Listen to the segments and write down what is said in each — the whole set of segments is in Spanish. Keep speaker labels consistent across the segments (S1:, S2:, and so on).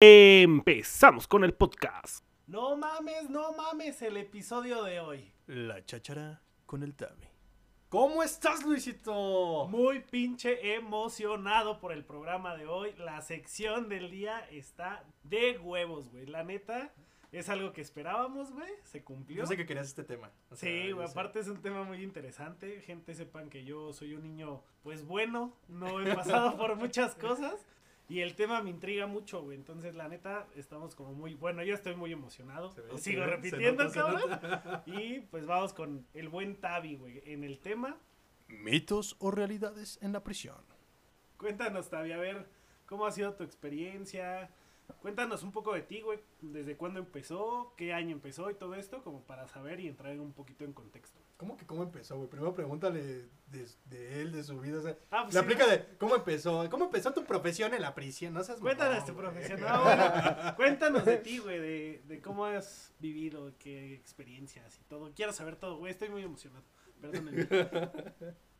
S1: Empezamos con el podcast.
S2: No mames, no mames el episodio de hoy.
S3: La cháchara con el Tabi.
S2: ¿Cómo estás, Luisito? Muy pinche emocionado por el programa de hoy. La sección del día está de huevos, güey. La neta, es algo que esperábamos, güey. Se cumplió.
S3: Yo sé que querías este tema. o sea,
S2: Sí,
S3: yo
S2: güey,
S3: sé.
S2: aparte es un tema muy interesante. Gente, sepan que yo soy un niño, pues bueno, no he pasado por muchas cosas. Y el tema me intriga mucho, güey. Entonces, la neta, estamos como muy. Bueno, yo estoy muy emocionado.
S3: Se ve,
S2: Lo
S3: se
S2: sigo
S3: ve, se
S2: repitiendo,
S3: nota, se
S2: cabrón. Y pues vamos con el buen Tabi, güey. En el tema,
S3: ¿Mitos o realidades en la prisión?
S2: cuéntanos, Tabi, a ver, ¿cómo ha sido tu experiencia? Cuéntanos un poco de ti, güey. ¿Desde cuándo empezó? ¿Qué año empezó? Y todo esto, como para saber y entrar un poquito en contexto.
S3: ¿Cómo que cómo empezó, güey? Primero pregúntale de, de él, de su vida. O sea,
S2: Ah, pues
S3: le
S2: sí,
S3: aplica de cómo empezó. ¿Cómo empezó tu profesión en la prisión? No seas mamón,
S2: Cuéntanos tu
S3: güey.
S2: profesión. No, este bueno, cuéntanos de ti, güey, de, de cómo has vivido, qué experiencias y todo. Quiero saber todo, güey, estoy muy emocionado. Perdónenme.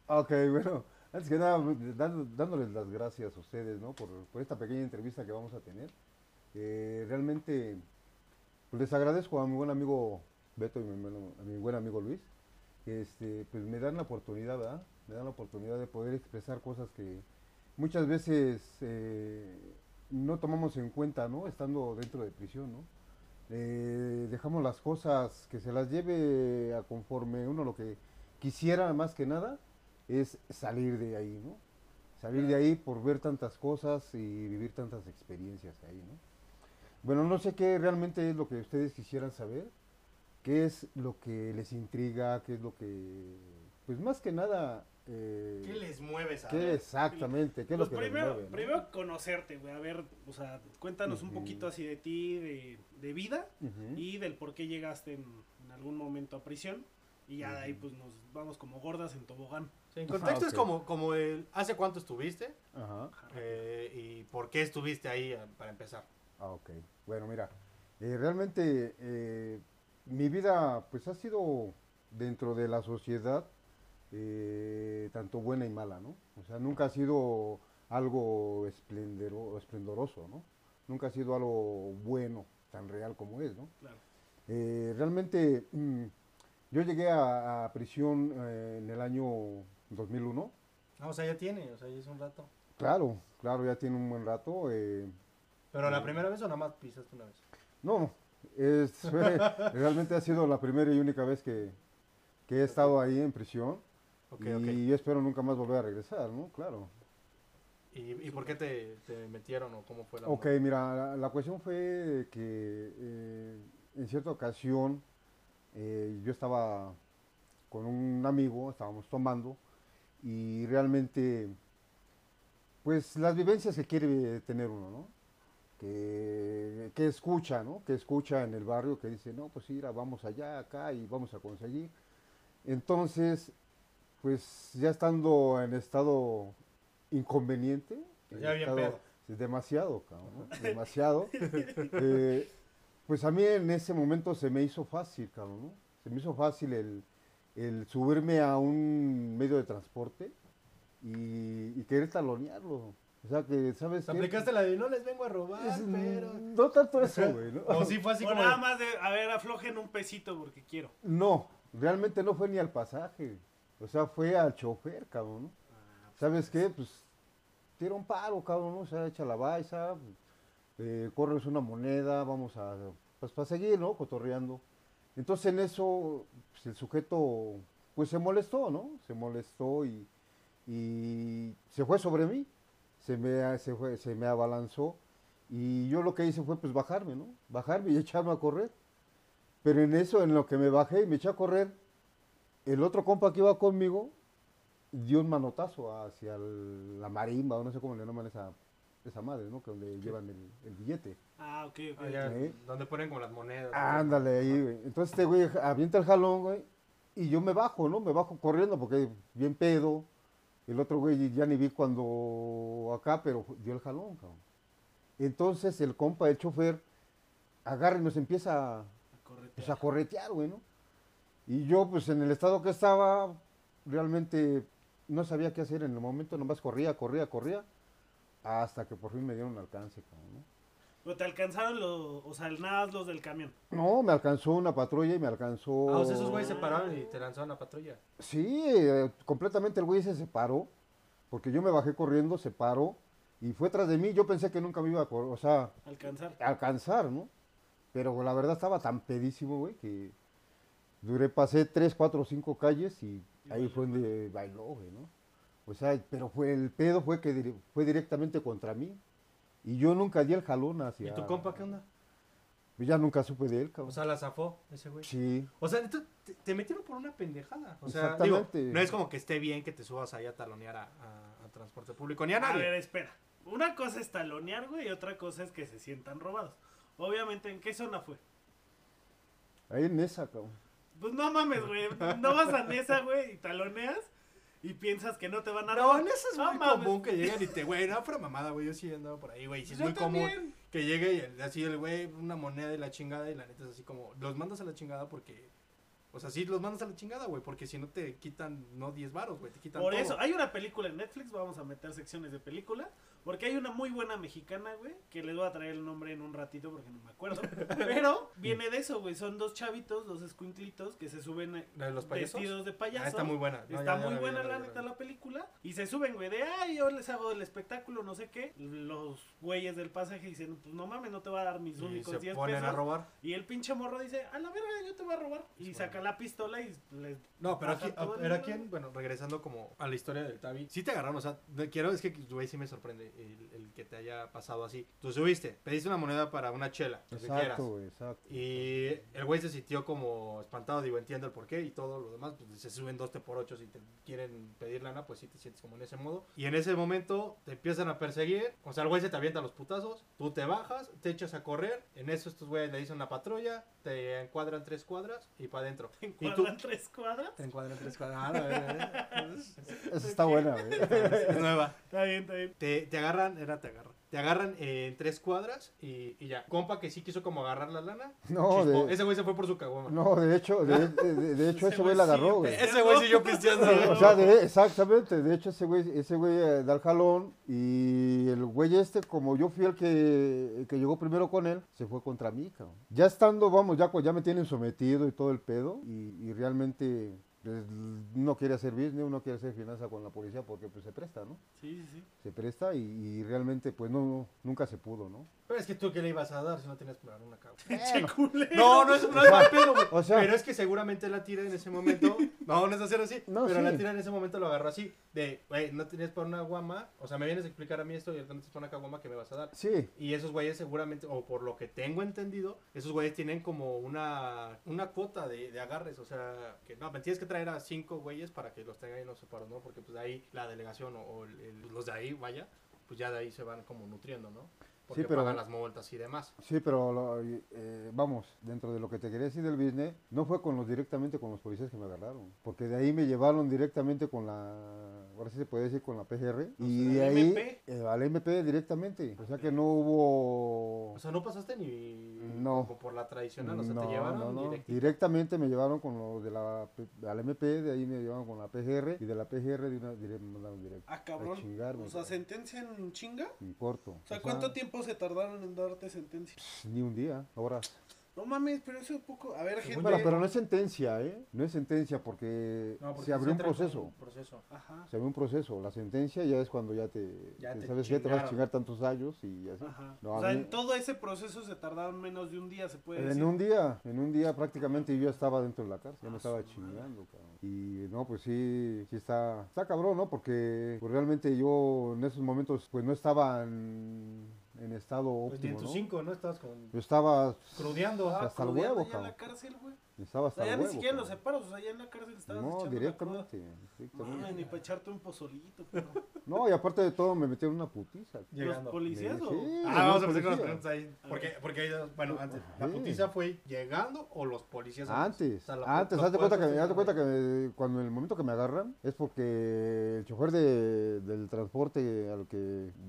S4: Ok, bueno, antes que nada, pues, dando- dándoles las gracias a ustedes, ¿no? Por, por esta pequeña entrevista que vamos a tener. Eh, realmente, pues, les agradezco a mi buen amigo Beto y mi hermano- a mi buen amigo Luis. que, Este, pues me dan la oportunidad, ¿verdad? Me dan la oportunidad de poder expresar cosas que muchas veces eh, no tomamos en cuenta, ¿no? Estando dentro de prisión, ¿no? Eh, dejamos las cosas que se las lleve a conforme uno lo que quisiera más que nada es salir de ahí, ¿no? Salir de ahí por ver tantas cosas y vivir tantas experiencias ahí, ¿no? Bueno, no sé qué realmente es lo que ustedes quisieran saber, qué es lo que les intriga, qué es lo que, pues más que nada, eh,
S3: ¿Qué les mueves a
S4: qué exactamente, qué
S2: Pues
S4: es lo que les
S2: primero,
S4: mueve, ¿no?
S2: primero conocerte, güey, a ver, o sea, cuéntanos un
S4: Ujú.
S2: poquito así de ti, de, de vida
S4: Ujú.
S2: y del por qué llegaste en, en algún momento a prisión. Y ya de ahí, pues nos vamos como gordas en tobogán.
S3: En contexto
S4: Ah,
S3: es
S4: ok.
S3: como, como el hace cuánto estuviste
S4: Ajá.
S3: eh, y por qué estuviste ahí eh, para empezar.
S4: Ah, ok. Bueno, mira, eh, realmente eh, mi vida pues ha sido dentro de la sociedad eh, tanto buena y mala, ¿no? O sea, nunca ha sido algo esplendero- esplendoroso, ¿no? Nunca ha sido algo bueno, tan real como es, ¿no?
S2: Claro.
S4: Eh, realmente mm, yo llegué a, a prisión eh, en el año 2001.
S3: No, o sea, ya tiene, o sea, ya es un rato.
S4: Claro, claro, ya tiene un buen rato. eh,
S3: Pero la primera vez o nada más pisaste una vez.
S4: No, es- fue- realmente ha sido la primera y única vez que, que he estado ahí en prisión
S3: Ok,
S4: y
S3: ok.
S4: yo espero nunca más volver a regresar, ¿no? Claro.
S3: ¿Y, y por qué te, te metieron o cómo fue la
S4: Ok, mira, la, la cuestión fue que eh, en cierta ocasión eh, yo estaba con un amigo, estábamos tomando y realmente, pues las vivencias que quiere tener uno, ¿no? Que, que escucha, ¿no? Que escucha en el barrio que dice, no, pues mira, vamos allá, acá y vamos a conseguir. Entonces, pues ya estando en estado inconveniente, en
S3: Ya bien
S4: estado-
S3: pedo.
S4: sí, demasiado, cabrón, ¿no? demasiado, eh, pues a mí en ese momento se me hizo fácil, cabrón, ¿no? Se me hizo fácil el, el subirme a un medio de transporte y, y querer talonearlo. O sea, que, ¿sabes
S3: ¿Te
S4: qué?
S3: aplicaste la de no les vengo a robar,
S4: Es-
S3: pero...
S4: No tanto eso, güey, ¿no?
S3: O sí fue así
S2: o
S3: como...
S2: nada
S3: de-
S2: más de, a ver, aflojen un pesito porque quiero.
S4: No, realmente no fue ni al pasaje. O sea, fue al chofer, cabrón. ¿no? ¿Sabes qué? Pues tira un paro, cabrón, ¿no? O sea, echa la baisa, eh, córreles una moneda, vamos a... Pues para seguir, ¿no? Cotorreando. Entonces en eso, pues, el sujeto, pues se molestó, ¿no? Se molestó y, y se fue sobre mí. Se me, a- se, fue- se me abalanzó. Y yo lo que hice fue, pues, bajarme, ¿no? Bajarme y echarme a correr. Pero en eso, en lo que me bajé y me eché a correr, el otro compa que iba conmigo dio un manotazo hacia el- la marimba, o no sé cómo le llaman esa, esa madre, ¿no? Que donde llevan el, el billete.
S2: Ah, ok, ok.
S3: Ah, ya,
S4: Ok.
S3: Donde ponen como las monedas.
S4: Ándale ahí, güey. Entonces este güey avienta el jalón, güey, y yo me bajo, ¿no? Me bajo corriendo porque bien pedo. El otro güey ya ni vi cuando acá, pero dio el jalón, cabrón. Entonces el compa, el chofer, agarra y nos empieza a,
S2: A corretear.
S4: pues a corretear, güey, ¿no? Y yo, pues en el estado que estaba, realmente no sabía qué hacer en el momento, nomás corría, corría, corría, hasta que por fin me dieron alcance. cabrón, ¿no?
S2: Pero te alcanzaron los, o sea, nada más los del camión.
S4: No, me alcanzó una patrulla y me alcanzó.
S5: Ah, o sea, esos güeyes se pararon y te lanzaron la patrulla.
S4: Sí, eh, completamente el güey se separó, porque yo me bajé corriendo, se paró, y fue tras de mí. Yo pensé que nunca me iba a, cor- o sea,
S2: Alcanzar.
S4: a alcanzar, ¿no? Pero la verdad estaba tan pedísimo, güey, que duré, pasé tres, cuatro, cinco calles y ahí fue donde bailó, güey, ¿no? O sea, pero fue el pedo fue que dire- fue directamente contra mí. Y yo nunca di el jalón hacia.
S5: ¿Y tu compa qué onda?
S4: Ya nunca supe de él, cabrón.
S5: O sea, la zafó ese güey.
S4: sí.
S5: O sea, entonces, te, te metieron por una pendejada. O sea, digo,
S4: Exactamente.
S5: no es como que esté bien que te subas ahí a talonear a, a- a transporte público, ni a
S2: A
S5: nadie.
S2: ver, espera. Una cosa es talonear, güey, y otra cosa es que se sientan robados. Obviamente, ¿en qué zona fue?
S4: Ahí en esa, cabrón.
S2: Pues no mames, güey. No vas a Nesa, güey, y taloneas y piensas que no te van a
S5: No,
S2: robar.
S5: en eso es
S2: No
S5: muy
S2: mames.
S5: común que lleguen y te, güey, no, fuera mamada, güey, yo sí he andado por ahí, güey, sí es
S2: Yo
S5: muy común
S2: también.
S5: que llegue y el- así el güey, una moneda y la chingada y la neta es así como, los mandas a la chingada porque, o sea, sí, los mandas a la chingada, güey, porque si no te quitan, no 10 varos, güey, te quitan
S2: Por
S5: todo.
S2: eso, hay una película en Netflix, vamos a meter secciones de película, porque hay una muy buena mexicana, güey, que les voy a traer el nombre en un ratito porque no me acuerdo, pero viene de eso, güey, son dos chavitos, dos escuintlitos que se suben eh,
S5: ¿La de los payasos?
S2: vestidos de payaso.
S5: Ah, está muy buena. No,
S2: Está
S5: ya- ya
S2: muy
S5: la vi,
S2: buena
S5: ya
S2: la
S5: vi, ya
S2: neta
S5: vi.
S2: la película. Y se suben, güey, de, ay, yo les hago el espectáculo, no sé qué. Los güeyes del pasaje dicen, pues no mames, no te va a dar mis
S5: Y
S2: únicos
S5: se
S2: 10
S5: ponen a
S2: pesos.
S5: robar. Pues
S2: Y el pinche morro dice, a la verga, yo te voy a robar. Y
S5: bueno.
S2: saca la pistola y les...
S5: No, pero
S2: Ajá,
S5: aquí,
S2: todo el mundo.
S5: pero aquí, en- bueno, regresando como a la historia del Tabi, sí te agarraron, o sea, de- quiero, es que, güey, sí me sorprende el, el que te haya pasado así. Tú subiste, pediste una moneda para una chela, lo que quieras.
S4: Exacto, güey, exacto.
S5: Y el güey se sintió como espantado, digo, entiendo el porqué y todo lo demás, pues se suben dos te por ocho si te quieren pedir lana, pues sí te sientes como en ese modo. Y en ese momento te empiezan a perseguir, o sea, el güey se te avienta los putazos, tú te bajas, te echas a correr, en eso estos güeyes le dicen una patrulla, te encuadran tres cuadras y para adentro.
S2: Te
S5: Y tú
S2: encuadran tres cuadras.
S5: te encuadran tres cuadras. Ah, la verga, ¿eh?
S4: Esa está buena, güey.
S5: Es nueva.
S2: Está bien, está bien.
S5: Te, te agarran, era te agarran. Te agarran eh, en tres cuadras y, y ya. Compa que sí quiso como agarrar la lana.
S4: No,
S5: chispó.
S4: de-
S5: Ese güey se fue por su caguama.
S4: No, de hecho, de, de- de- de hecho
S2: Ese
S4: ese güey la
S2: güey sí,
S4: agarró, güey.
S2: pe-
S5: Ese güey siguió pisteando. güey.
S4: O sea, de- exactamente, de hecho ese güey, ese güey eh, da el jalón y el güey este, como yo fui el que, el que llegó primero con él, se fue contra mí, cabrón. Ya estando, vamos, ya, cu- ya me tienen sometido y todo el pedo y, y realmente pues, no quiere hacer business, no quiere hacer finanza con la policía porque pues se presta, ¿no?
S2: Sí, sí, sí.
S4: Se presta y, y realmente pues no, no, nunca se pudo, ¿no?
S5: Pero es que tú qué le ibas a dar si no tenías que pagar una caguama.
S2: Pinche culero.
S5: No, no es, no es mal pedo, güey.
S4: O sea-
S5: pero es que seguramente la tira en ese momento. No, no es hacer así.
S4: No,
S5: pero
S4: sí.
S5: la tira en ese momento lo agarró así. De, güey, no tenías para una guama. O sea, me vienes a explicar a mí esto y no tienes para una caguama que me vas a dar.
S4: Sí,
S5: Y esos güeyes seguramente, o por lo que tengo entendido, esos güeyes tienen como una, una cuota de, de agarres. O sea, que no, me tienes que traer a cinco güeyes para que los tengan en los separos, ¿no? Porque pues de ahí la delegación o, o el- el- los de ahí, vaya, pues ya de ahí se van como nutriendo, ¿no? Porque
S4: Sí, pero-
S5: pagan las multas y demás.
S4: Sí, pero lo- eh, vamos, dentro de lo que te quería decir del business, no fue con los directamente con los policías que me agarraron, porque de ahí me llevaron directamente con la, ahora sí se puede decir con la PGR, y
S2: sea,
S4: de
S2: al
S4: ahí
S2: MP.
S4: eh, al MP directamente, o sea que no hubo...
S5: O sea, no pasaste ni
S4: No.
S5: como por la tradicional, o sea, te
S4: No,
S5: llevaron
S4: no, no.
S5: directito.
S4: Directamente me llevaron con los de la P- al MP, de ahí me llevaron con la PGR, y de la PGR de una, dire- me mandaron directo.
S2: Ah,
S4: A
S2: cabrón.
S4: chingarme,
S2: O sea,
S4: cabrón.
S2: sentencia en chinga. O
S4: En corto.
S2: sea, ¿cuánto tiempo se tardaron en darte sentencia?
S4: pss, Ni un día, horas.
S2: No mames, pero eso es poco. A ver, gente.
S4: Pues Bueno, pero no es sentencia, ¿eh? No es sentencia porque,
S5: No, porque
S4: se abrió
S5: sí
S4: un
S5: entra como
S4: proceso.
S5: un proceso.
S2: Ajá.
S4: Se abrió un proceso. La sentencia ya es cuando ya te.
S5: Ya
S4: te
S5: te
S4: sabes que te vas a
S5: chingaron.
S4: chingar tantos años y así.
S2: Ajá.
S4: No,
S2: o
S4: a
S2: sea,
S4: mí-
S2: en todo ese proceso se tardaron menos de un día, se puede decir.
S4: En un día, en un día prácticamente yo ya estaba dentro de la cárcel, ya me
S2: Ah, su
S4: estaba
S2: madre.
S4: chingando, cabrón. Y no, pues sí, sí está, está cabrón, ¿no? Porque pues, realmente yo en esos momentos pues no estaba en, en estado
S5: Pues ni en
S4: óptimo,
S5: tus
S4: ¿no?
S5: cinco, ¿no? Estabas con...
S4: Yo estaba,
S5: crudeando.
S2: Ah,
S4: hasta el
S2: crudeado
S4: huevo,
S2: ya en la
S4: cabrón.
S2: cárcel, güey. O
S4: estaba hasta
S2: sea, ya
S4: el
S2: ni
S4: huevo,
S2: siquiera los
S4: cabrón.
S2: separos, o sea, ya en la cárcel estabas
S4: No,
S2: echando la
S4: directamente.
S2: cruda.
S4: directamente.
S2: Mames, ni para echarte un pozolito, pero.
S4: No, y aparte de todo me metieron una putiza.
S2: ¿Los
S5: Llegando.
S2: policías
S4: Sí,
S2: o.?
S5: Ah, vamos a
S4: los
S5: empezar con las
S4: policías.
S5: preguntas ahí. Porque, porque hay dos. Bueno, antes. La
S4: Sí.
S5: putiza fue llegando o los policías.
S2: pues,
S4: Antes,
S5: O sea, la-
S4: antes,
S5: los
S4: hazte cuenta, que,
S5: puertos-
S4: hazte cuenta que me- cuando en el momento que me agarran es porque el chofer de- del transporte al que,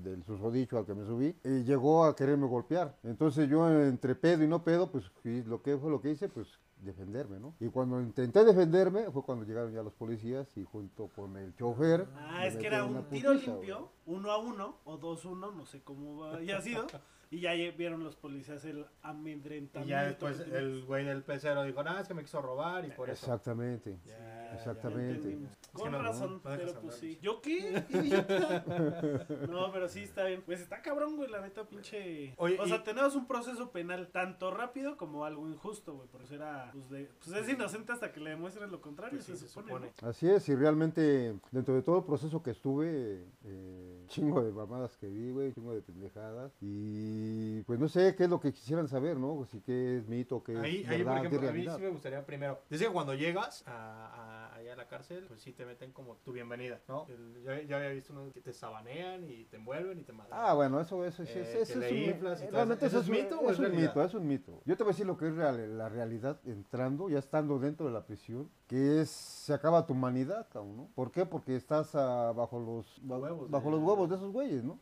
S4: del susodicho al que me subí, eh, llegó a quererme golpear. Entonces yo entre pedo y no pedo, pues y lo que fue lo que hice, pues defenderme, ¿no? Y cuando intenté defenderme fue cuando llegaron ya los policías y junto con el chofer.
S2: Ah,
S4: me
S2: es que era
S4: metieron
S2: un
S4: una
S2: tiro
S4: putiza,
S2: limpio, uno a uno o dos uno, no sé cómo haya sido. Y ya lle- vieron los policías el amedrentamiento.
S5: Y ya
S2: que
S5: después
S2: tenía.
S5: el güey del pecero dijo, no, es que me quiso robar y por
S4: güey.
S5: eso.
S4: Exactamente.
S5: Ya, ya, ya.
S4: Exactamente.
S2: entendimos.
S5: que
S2: Con
S5: no,
S2: razón,
S5: no dejas
S2: pero
S5: hablar,
S2: pues sí.
S5: Luis.
S2: ¿Yo qué? idiota? no, pero sí está bien. Pues está cabrón, güey, la neta, pinche.
S5: Oye,
S2: o
S5: y-
S2: sea, tenemos un proceso penal tanto rápido como algo injusto, güey. Por eso era. Pues, de- pues es inocente hasta que le demuestres lo contrario,
S5: Pues sí,
S2: se, supone. ¿no?
S4: Así es, y realmente dentro de todo el proceso que estuve, eh, chingo de mamadas que vi, güey, chingo de pendejadas, y pues no sé qué es lo que quisieran saber, ¿no? Pues Si qué es mito, qué
S5: Ahí,
S4: es
S5: ahí, por
S4: verdad, qué es
S5: ejemplo, a mí
S4: realidad.
S5: sí me gustaría primero. Dice que cuando llegas a, a- allá a la cárcel, pues sí te meten como tu bienvenida, ¿no? El- yo, yo había visto unos que te sabanean y te envuelven y te matan.
S4: Ah, bueno, eso, eso, sí,
S5: Eh,
S4: eso,
S5: que
S4: eso
S5: le
S4: es un,
S5: inflas y
S4: eh,
S5: todo
S4: realmente
S5: eso.
S4: eso
S5: ¿Eso
S4: es
S5: es
S4: un-
S5: mito o es
S4: es un
S5: realidad?
S4: mito, es un mito. Yo te voy a decir lo que es real- eh, la realidad entrando, ya estando dentro de la prisión, que es, se acaba tu humanidad, cabrón, ¿no? ¿Por qué? Porque estás ah, bajo los, ba-
S5: Huevos eh. de-
S4: bajo los huevos de esos güeyes, ¿no?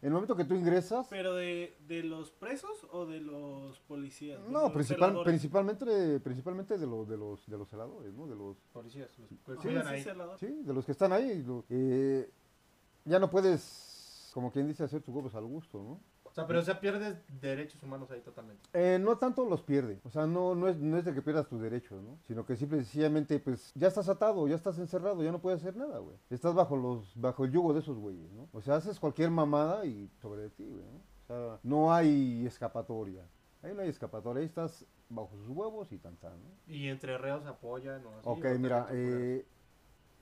S4: En el momento que tú ingresas,
S2: Pero de, de los presos o de los policías. De
S4: No,
S2: los
S4: principal-
S2: celadores. Ah,
S4: principalmente, de- principalmente de, los de, los, de los celadores, ¿no? De los,
S5: Policías, los que
S2: Ah,
S5: cuidan
S2: sí,
S5: ahí.
S2: celador.
S4: sí, de los que están ahí. lo- eh, ya no puedes, como quien dice, hacer tus huevos al gusto, ¿no?
S5: O sea, pero o sea, pierdes derechos humanos ahí totalmente.
S4: Eh, no tanto los pierde, o sea, no, no, es, no es de que pierdas tus derechos, ¿no? Sino que simple y sencillamente, pues, ya estás atado, ya estás encerrado, ya no puedes hacer nada, güey. Estás bajo los, bajo el yugo de esos güeyes, ¿no? O sea, haces cualquier mamada y sobre de ti, güey, ¿no? O sea, no hay escapatoria. Ahí no hay escapatoria, ahí estás bajo sus huevos y tan tan, ¿no?
S5: Y entre reos apoyan o así.
S4: Ok,
S5: o
S4: mira,
S5: tanto poder.
S4: eh,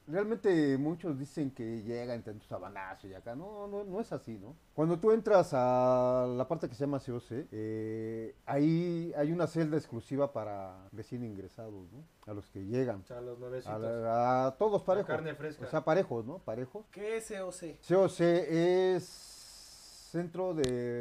S4: realmente muchos dicen que llegan tanto sabanazo y acá. No, no, no es así, ¿no? Cuando tú entras a la parte que se llama COC, eh, ahí hay una celda exclusiva para recién ingresados, ¿no? A los que llegan.
S5: O sea, los
S4: A,
S5: nuevecitos.
S4: la- a todos parejos.
S5: carne fresca.
S4: O sea, parejos, ¿no? Parejos.
S2: ¿Qué es COC?
S4: COC es Centro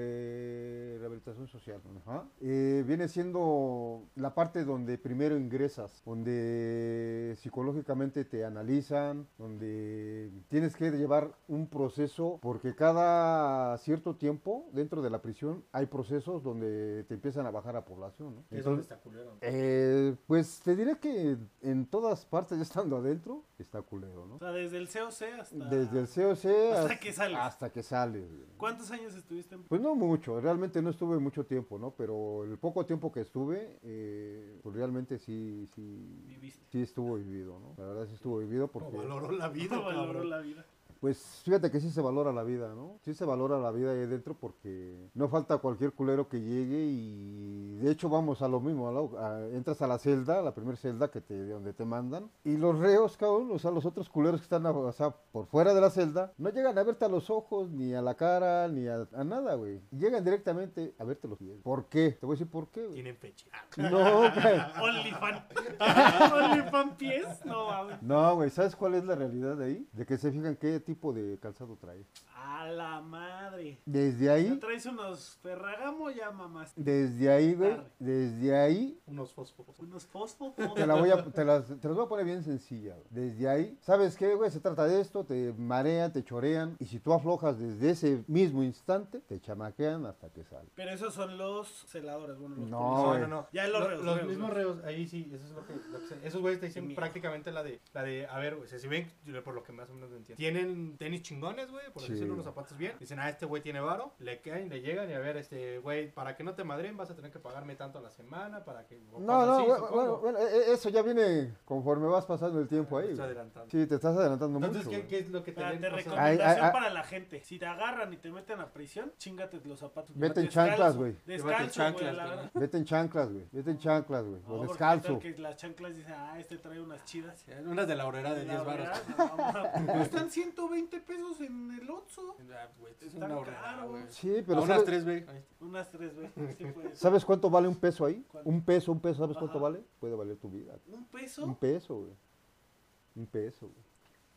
S4: de Rehabilitación Social. Ajá. Eh, viene siendo la parte donde primero ingresas, donde psicológicamente te analizan, donde tienes que llevar un proceso, porque cada cierto tiempo dentro de la prisión hay procesos donde te empiezan a bajar a población. ¿no?
S5: es donde
S4: Entonces-
S5: está culero.
S4: Eh, pues te diré que en todas partes, ya estando adentro, está culero, ¿no?
S2: O sea, desde el COC hasta.
S4: Desde el COC
S2: Ah. hasta
S4: has-
S2: que sales.
S4: Hasta que sales, güey.
S2: ¿Cuántos años estuviste en
S4: Pues no mucho, realmente no estuve mucho tiempo, ¿no? Pero el poco tiempo que estuve, eh, pues realmente sí, sí,
S2: Viviste.
S4: sí estuvo vivido, ¿no? La verdad sí estuvo vivido porque...
S5: No valoró la vida,
S2: No valoró
S5: cabrón.
S2: la vida.
S4: Pues fíjate que sí se valora la vida, ¿no? Sí se valora la vida ahí adentro porque no falta cualquier culero que llegue y de hecho vamos a lo mismo, a la- a- entras a la celda, la primera celda que te, de donde te mandan y los reos, cabrón, o sea, los otros culeros que están o sea, por fuera de la celda, no llegan a verte a los ojos, ni a la cara, ni a, a nada, güey. Llegan directamente a verte los pies. ¿Por qué? Te voy a decir por qué, güey.
S5: Tienen Ah, fecha.
S4: No, güey.
S2: OnlyFan. OnlyFan pies. No, mames.
S4: No, güey, ¿sabes cuál es la realidad de ahí? De que se fijan qué tipo de calzado trae.
S2: A la madre.
S4: Desde
S2: Ya
S4: ahí...
S2: traes unos ferragamo ya, mamás.
S4: Desde ahí, güey,
S2: Arre.
S4: desde ahí,
S5: Unos fósforos.
S2: Unos fosfos.
S4: te, la voy a, te, las, te las voy a poner bien sencilla, güey. Desde ahí, ¿sabes qué, güey? Se trata de esto, te marean, te chorean, y si tú aflojas desde ese mismo instante, te chamaquean hasta que sale.
S2: Pero esos son los celadores. Bueno, los
S4: No,
S2: policías.
S5: No,
S4: güey.
S5: no, no.
S2: Ya los
S5: Lo-
S2: reos,
S5: Los
S2: reos,
S5: mismos reos, ahí sí, eso es lo que. lo que se- esos güeyes te dicen
S2: miedo.
S5: prácticamente la de. La de a ver, güey, o sea, si ven, yo por lo que más o menos entiendo. Tienen tenis chingones, güey, por
S4: Sí.
S5: decirlo, unos zapatos bien. Dicen, ah, este güey tiene varo. Le caen, le llegan y a ver, este güey, para que no te madren, vas a tener que pagarme tanto a la semana. Para que. o
S4: No,
S5: cosas
S4: no,
S5: así,
S4: güey,
S5: supongo.
S4: bueno, bueno, e- e- eso ya viene conforme vas pasando el tiempo ahí.
S5: Está
S4: güey.
S5: adelantando.
S4: Sí, te estás adelantando
S5: Entonces,
S4: mucho.
S5: ¿qué,
S4: güey.
S5: qué es lo que
S2: Ah,
S5: te
S2: te
S5: ven? O sea,
S4: Ay,
S2: recomendación
S4: ay, ay.
S2: para la gente. Si te agarran y te meten a prisión, chingate los zapatos.
S4: Vete en
S2: Descalzo,
S4: chanclas, güey.
S2: Descalzo,
S5: Llévate
S2: güey. a la
S5: chanclas,
S2: verga.
S4: Vete en chanclas, güey. Vete en chanclas, güey.
S2: No,
S4: o
S2: porque
S4: Pues descalzo.
S2: tal que las chanclas dicen, ah, este trae unas chidas.
S5: unas de la horrera de
S2: La
S5: 10 baros.
S2: verdad, no, mames. Cuestan 120 pesos en el Oxxo.
S5: Ah, güey, es
S2: Están
S5: una horrera,
S2: caros.
S5: güey.
S4: Sí,
S5: A
S4: pero
S5: unas
S4: ¿sabes,
S5: tres, güey.
S2: Unas tres veces. sí puede ser.
S4: ¿sabes cuánto vale un peso ahí?
S2: ¿Cuánto?
S4: Un peso, un peso, ¿sabes cuánto
S2: Ajá.
S4: vale? Puede valer tu vida.
S2: ¿Un
S4: Un
S2: peso?
S4: peso, güey. Un peso, güey.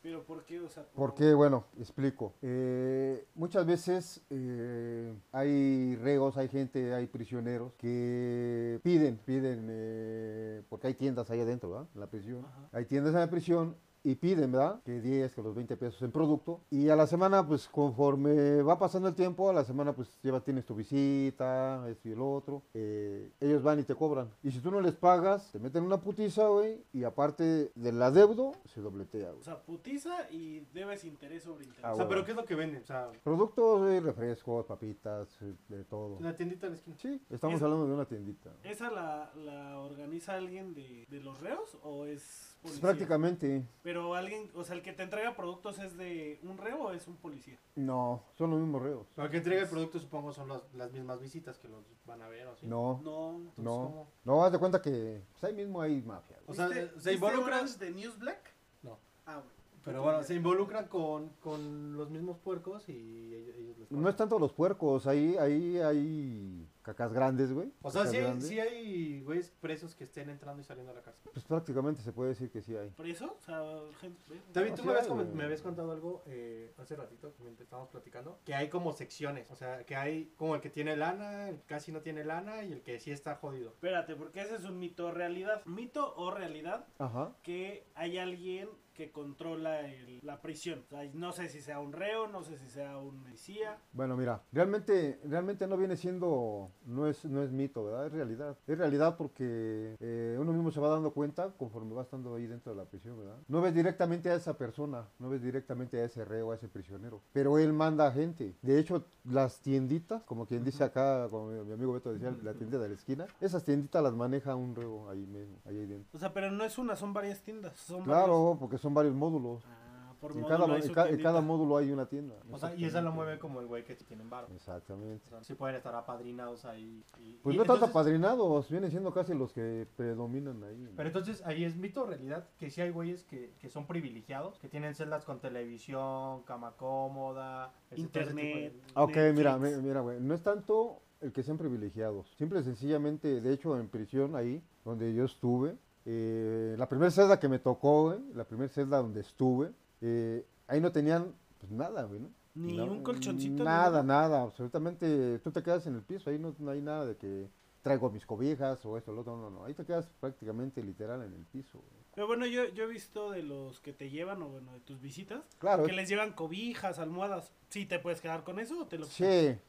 S2: ¿Pero por qué? O sea, por-
S4: Porque, bueno, explico. Eh, muchas veces eh, hay reos, hay gente, hay prisioneros que piden, piden, eh, porque hay tiendas ahí adentro, ¿verdad? En la prisión.
S2: Ajá.
S4: Hay tiendas en la prisión y y piden, ¿verdad? Que 10, que los 20 pesos en producto. Y a la semana, pues conforme va pasando el tiempo, a la semana pues lleva, tienes tu visita, esto y el otro. Eh, ellos van y te cobran. Y si tú no les pagas, te meten una putiza, güey. Y aparte del adeudo, se dobletea,
S2: O
S4: güey.
S2: sea, putiza y debes interés sobre interés.
S4: Ah,
S5: O
S2: O
S5: sea,
S2: sea,
S5: pero ¿qué es lo que venden? O sea,
S4: Productos, güey, refrescos, papitas, eh, de todo.
S5: la tiendita de la esquina.
S4: Sí, estamos
S2: Es-
S4: hablando de una tiendita. Pues
S2: ¿Esa la, la organiza alguien de, de los reos o es
S4: Pues,
S2: policía?
S4: prácticamente,
S2: Pero alguien, o sea, el que te entrega productos es de un reo o es un policía.
S4: no, son los mismos reos.
S5: Pero el que entrega el producto, supongo, son las, las mismas visitas que los van a ver o así.
S4: No,
S2: No.
S5: Entonces,
S4: no,
S5: pues, ¿cómo?
S4: no, haz de cuenta que pues, ahí mismo hay mafia. güey.
S5: O sea,
S2: ¿Viste-
S5: se
S2: viste
S5: involucran-
S2: Orange de News Black?
S5: No.
S2: Ah, bueno.
S5: Pero bueno, se involucran con, con los mismos puercos y ellos, ellos les
S4: No es
S5: pagan.
S4: tanto los puercos, ahí, ahí hay cacas grandes, güey.
S5: O sea,
S4: cacas
S5: sí, hay-
S4: grandes.
S5: sí hay güeyes presos que estén entrando y saliendo de la cárcel.
S4: Pues prácticamente se puede decir que sí hay.
S2: ¿Por eso? O sea, gente...
S5: David, tú
S4: sí
S5: me habías,
S4: hay,
S5: comen-
S4: güey.
S5: me habías contado algo eh, hace ratito, que estábamos platicando, que hay como secciones, o sea, que hay como el que tiene lana, el que casi no tiene lana y el que sí está jodido.
S2: Espérate, porque ese es un mito o realidad. Mito o realidad
S4: Ajá.
S2: que hay alguien que controla el- la prisión. O sea, no sé si sea un reo, no sé si sea un policía.
S4: Bueno, mira, realmente, realmente no viene siendo, no es, no es mito, ¿verdad? Es realidad. Es realidad porque eh, uno mismo se va dando cuenta conforme va estando ahí dentro de la prisión, ¿verdad? No ves directamente a esa persona, no ves directamente a ese reo, a ese prisionero, pero él manda gente. De hecho, las tienditas, como quien dice acá, como mi mi amigo Beto decía, la tienda de la esquina, esas tienditas las maneja un reo ahí mismo, ahí dentro.
S2: O sea, pero no es una, son varias tiendas. Son
S4: Claro, porque son varios módulos.
S2: varias- Ah, por
S4: En
S2: módulo
S4: cada,
S2: hay
S4: en
S2: su
S4: ca- en
S2: tiendita.
S4: cada módulo hay una tienda.
S5: O sea, y esa la
S4: Exactamente.
S5: mueve como el güey que tiene barro.
S4: Exactamente.
S5: O sea, sí pueden estar apadrinados ahí. y-
S4: Pues
S5: y
S4: no tanto
S5: entonces-
S4: apadrinados, vienen siendo casi los que predominan ahí. ¿no?
S5: Pero entonces ahí es mito o realidad que sí hay güeyes que, que son privilegiados, que tienen celdas con televisión, cama cómoda, ese- todo ese tipo de-
S2: Internet.
S4: Ah, Ok, mira, mi-
S2: Netflix.
S4: mira, güey, no es tanto el que sean privilegiados. Simple y sencillamente, de hecho, en prisión ahí, donde yo estuve, eh, la primera celda que me tocó, güey, la primera celda donde estuve, eh, ahí no tenían pues, nada, güey, ¿no?
S2: Ni
S4: No,
S2: un colchoncito. ni
S4: Nada, nada, absolutamente. Tú te quedas en el piso, ahí no, no hay nada de que traigo mis cobijas o esto, lo otro, no, no. Ahí te quedas prácticamente literal en el piso. güey.
S2: Pero bueno, yo, yo he visto de los que te llevan, o bueno, de tus visitas,
S4: Claro,
S2: que les llevan cobijas, almohadas. ¿Sí te puedes quedar con eso o te lo
S4: sí,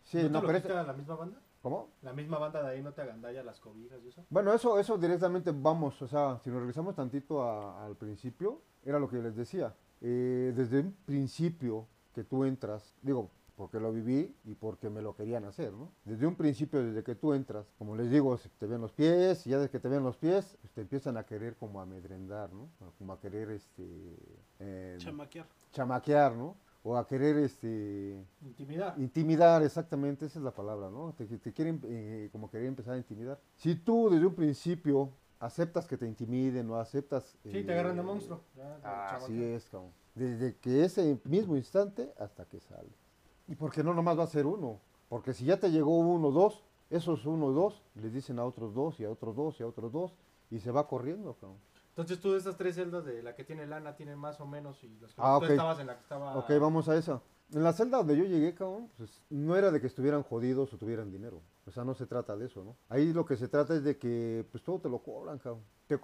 S4: sí,
S5: ¿No
S4: no,
S5: te lo
S4: pero
S5: quita
S4: eso-
S5: la misma banda?
S4: ¿Cómo?
S5: La misma banda de ahí no te agandalla las cobijas y eso.
S4: Bueno, eso, eso directamente vamos, o sea, si nos regresamos tantito a- al principio, era lo que les decía. Eh, desde un principio que tú entras, digo, porque lo viví y porque me lo querían hacer, ¿no? Desde un principio, desde que tú entras, como les digo, se te ven los pies, y ya desde que te ven los pies, pues, te empiezan a querer como amedrentar, ¿no? Como a querer, este, eh,
S2: chamaquear?
S4: chamaquear, ¿no? O a querer, este,
S5: Intimidad.
S4: Intimidar, exactamente, esa es la palabra, ¿no? Te, te quieren eh, como querer empezar a intimidar. Si tú desde un principio aceptas que te intimiden o aceptas...
S5: Sí, te
S4: eh,
S5: agarran de monstruo. Ya,
S4: Ah,
S5: chamaco.
S4: así es, cabrón. Desde que ese mismo instante hasta que sale. Y porque no nomás va a ser uno. Porque si ya te llegó uno, dos, esos uno, dos, les dicen a otros dos y a otros dos y a otros dos. Y se va corriendo, cabrón.
S5: Entonces tú de estas tres celdas de la que tiene lana tienen más o menos y los que
S4: Ah,
S5: tú
S4: ok.
S5: estabas en la que estaba...
S4: Ok, vamos a esa. En la celda donde yo llegué, cabrón, pues, no era de que estuvieran jodidos o tuvieran dinero. O sea, no se trata de eso, ¿no? Ahí lo que se trata es de que, pues, todo te lo cobran, cabrón. Te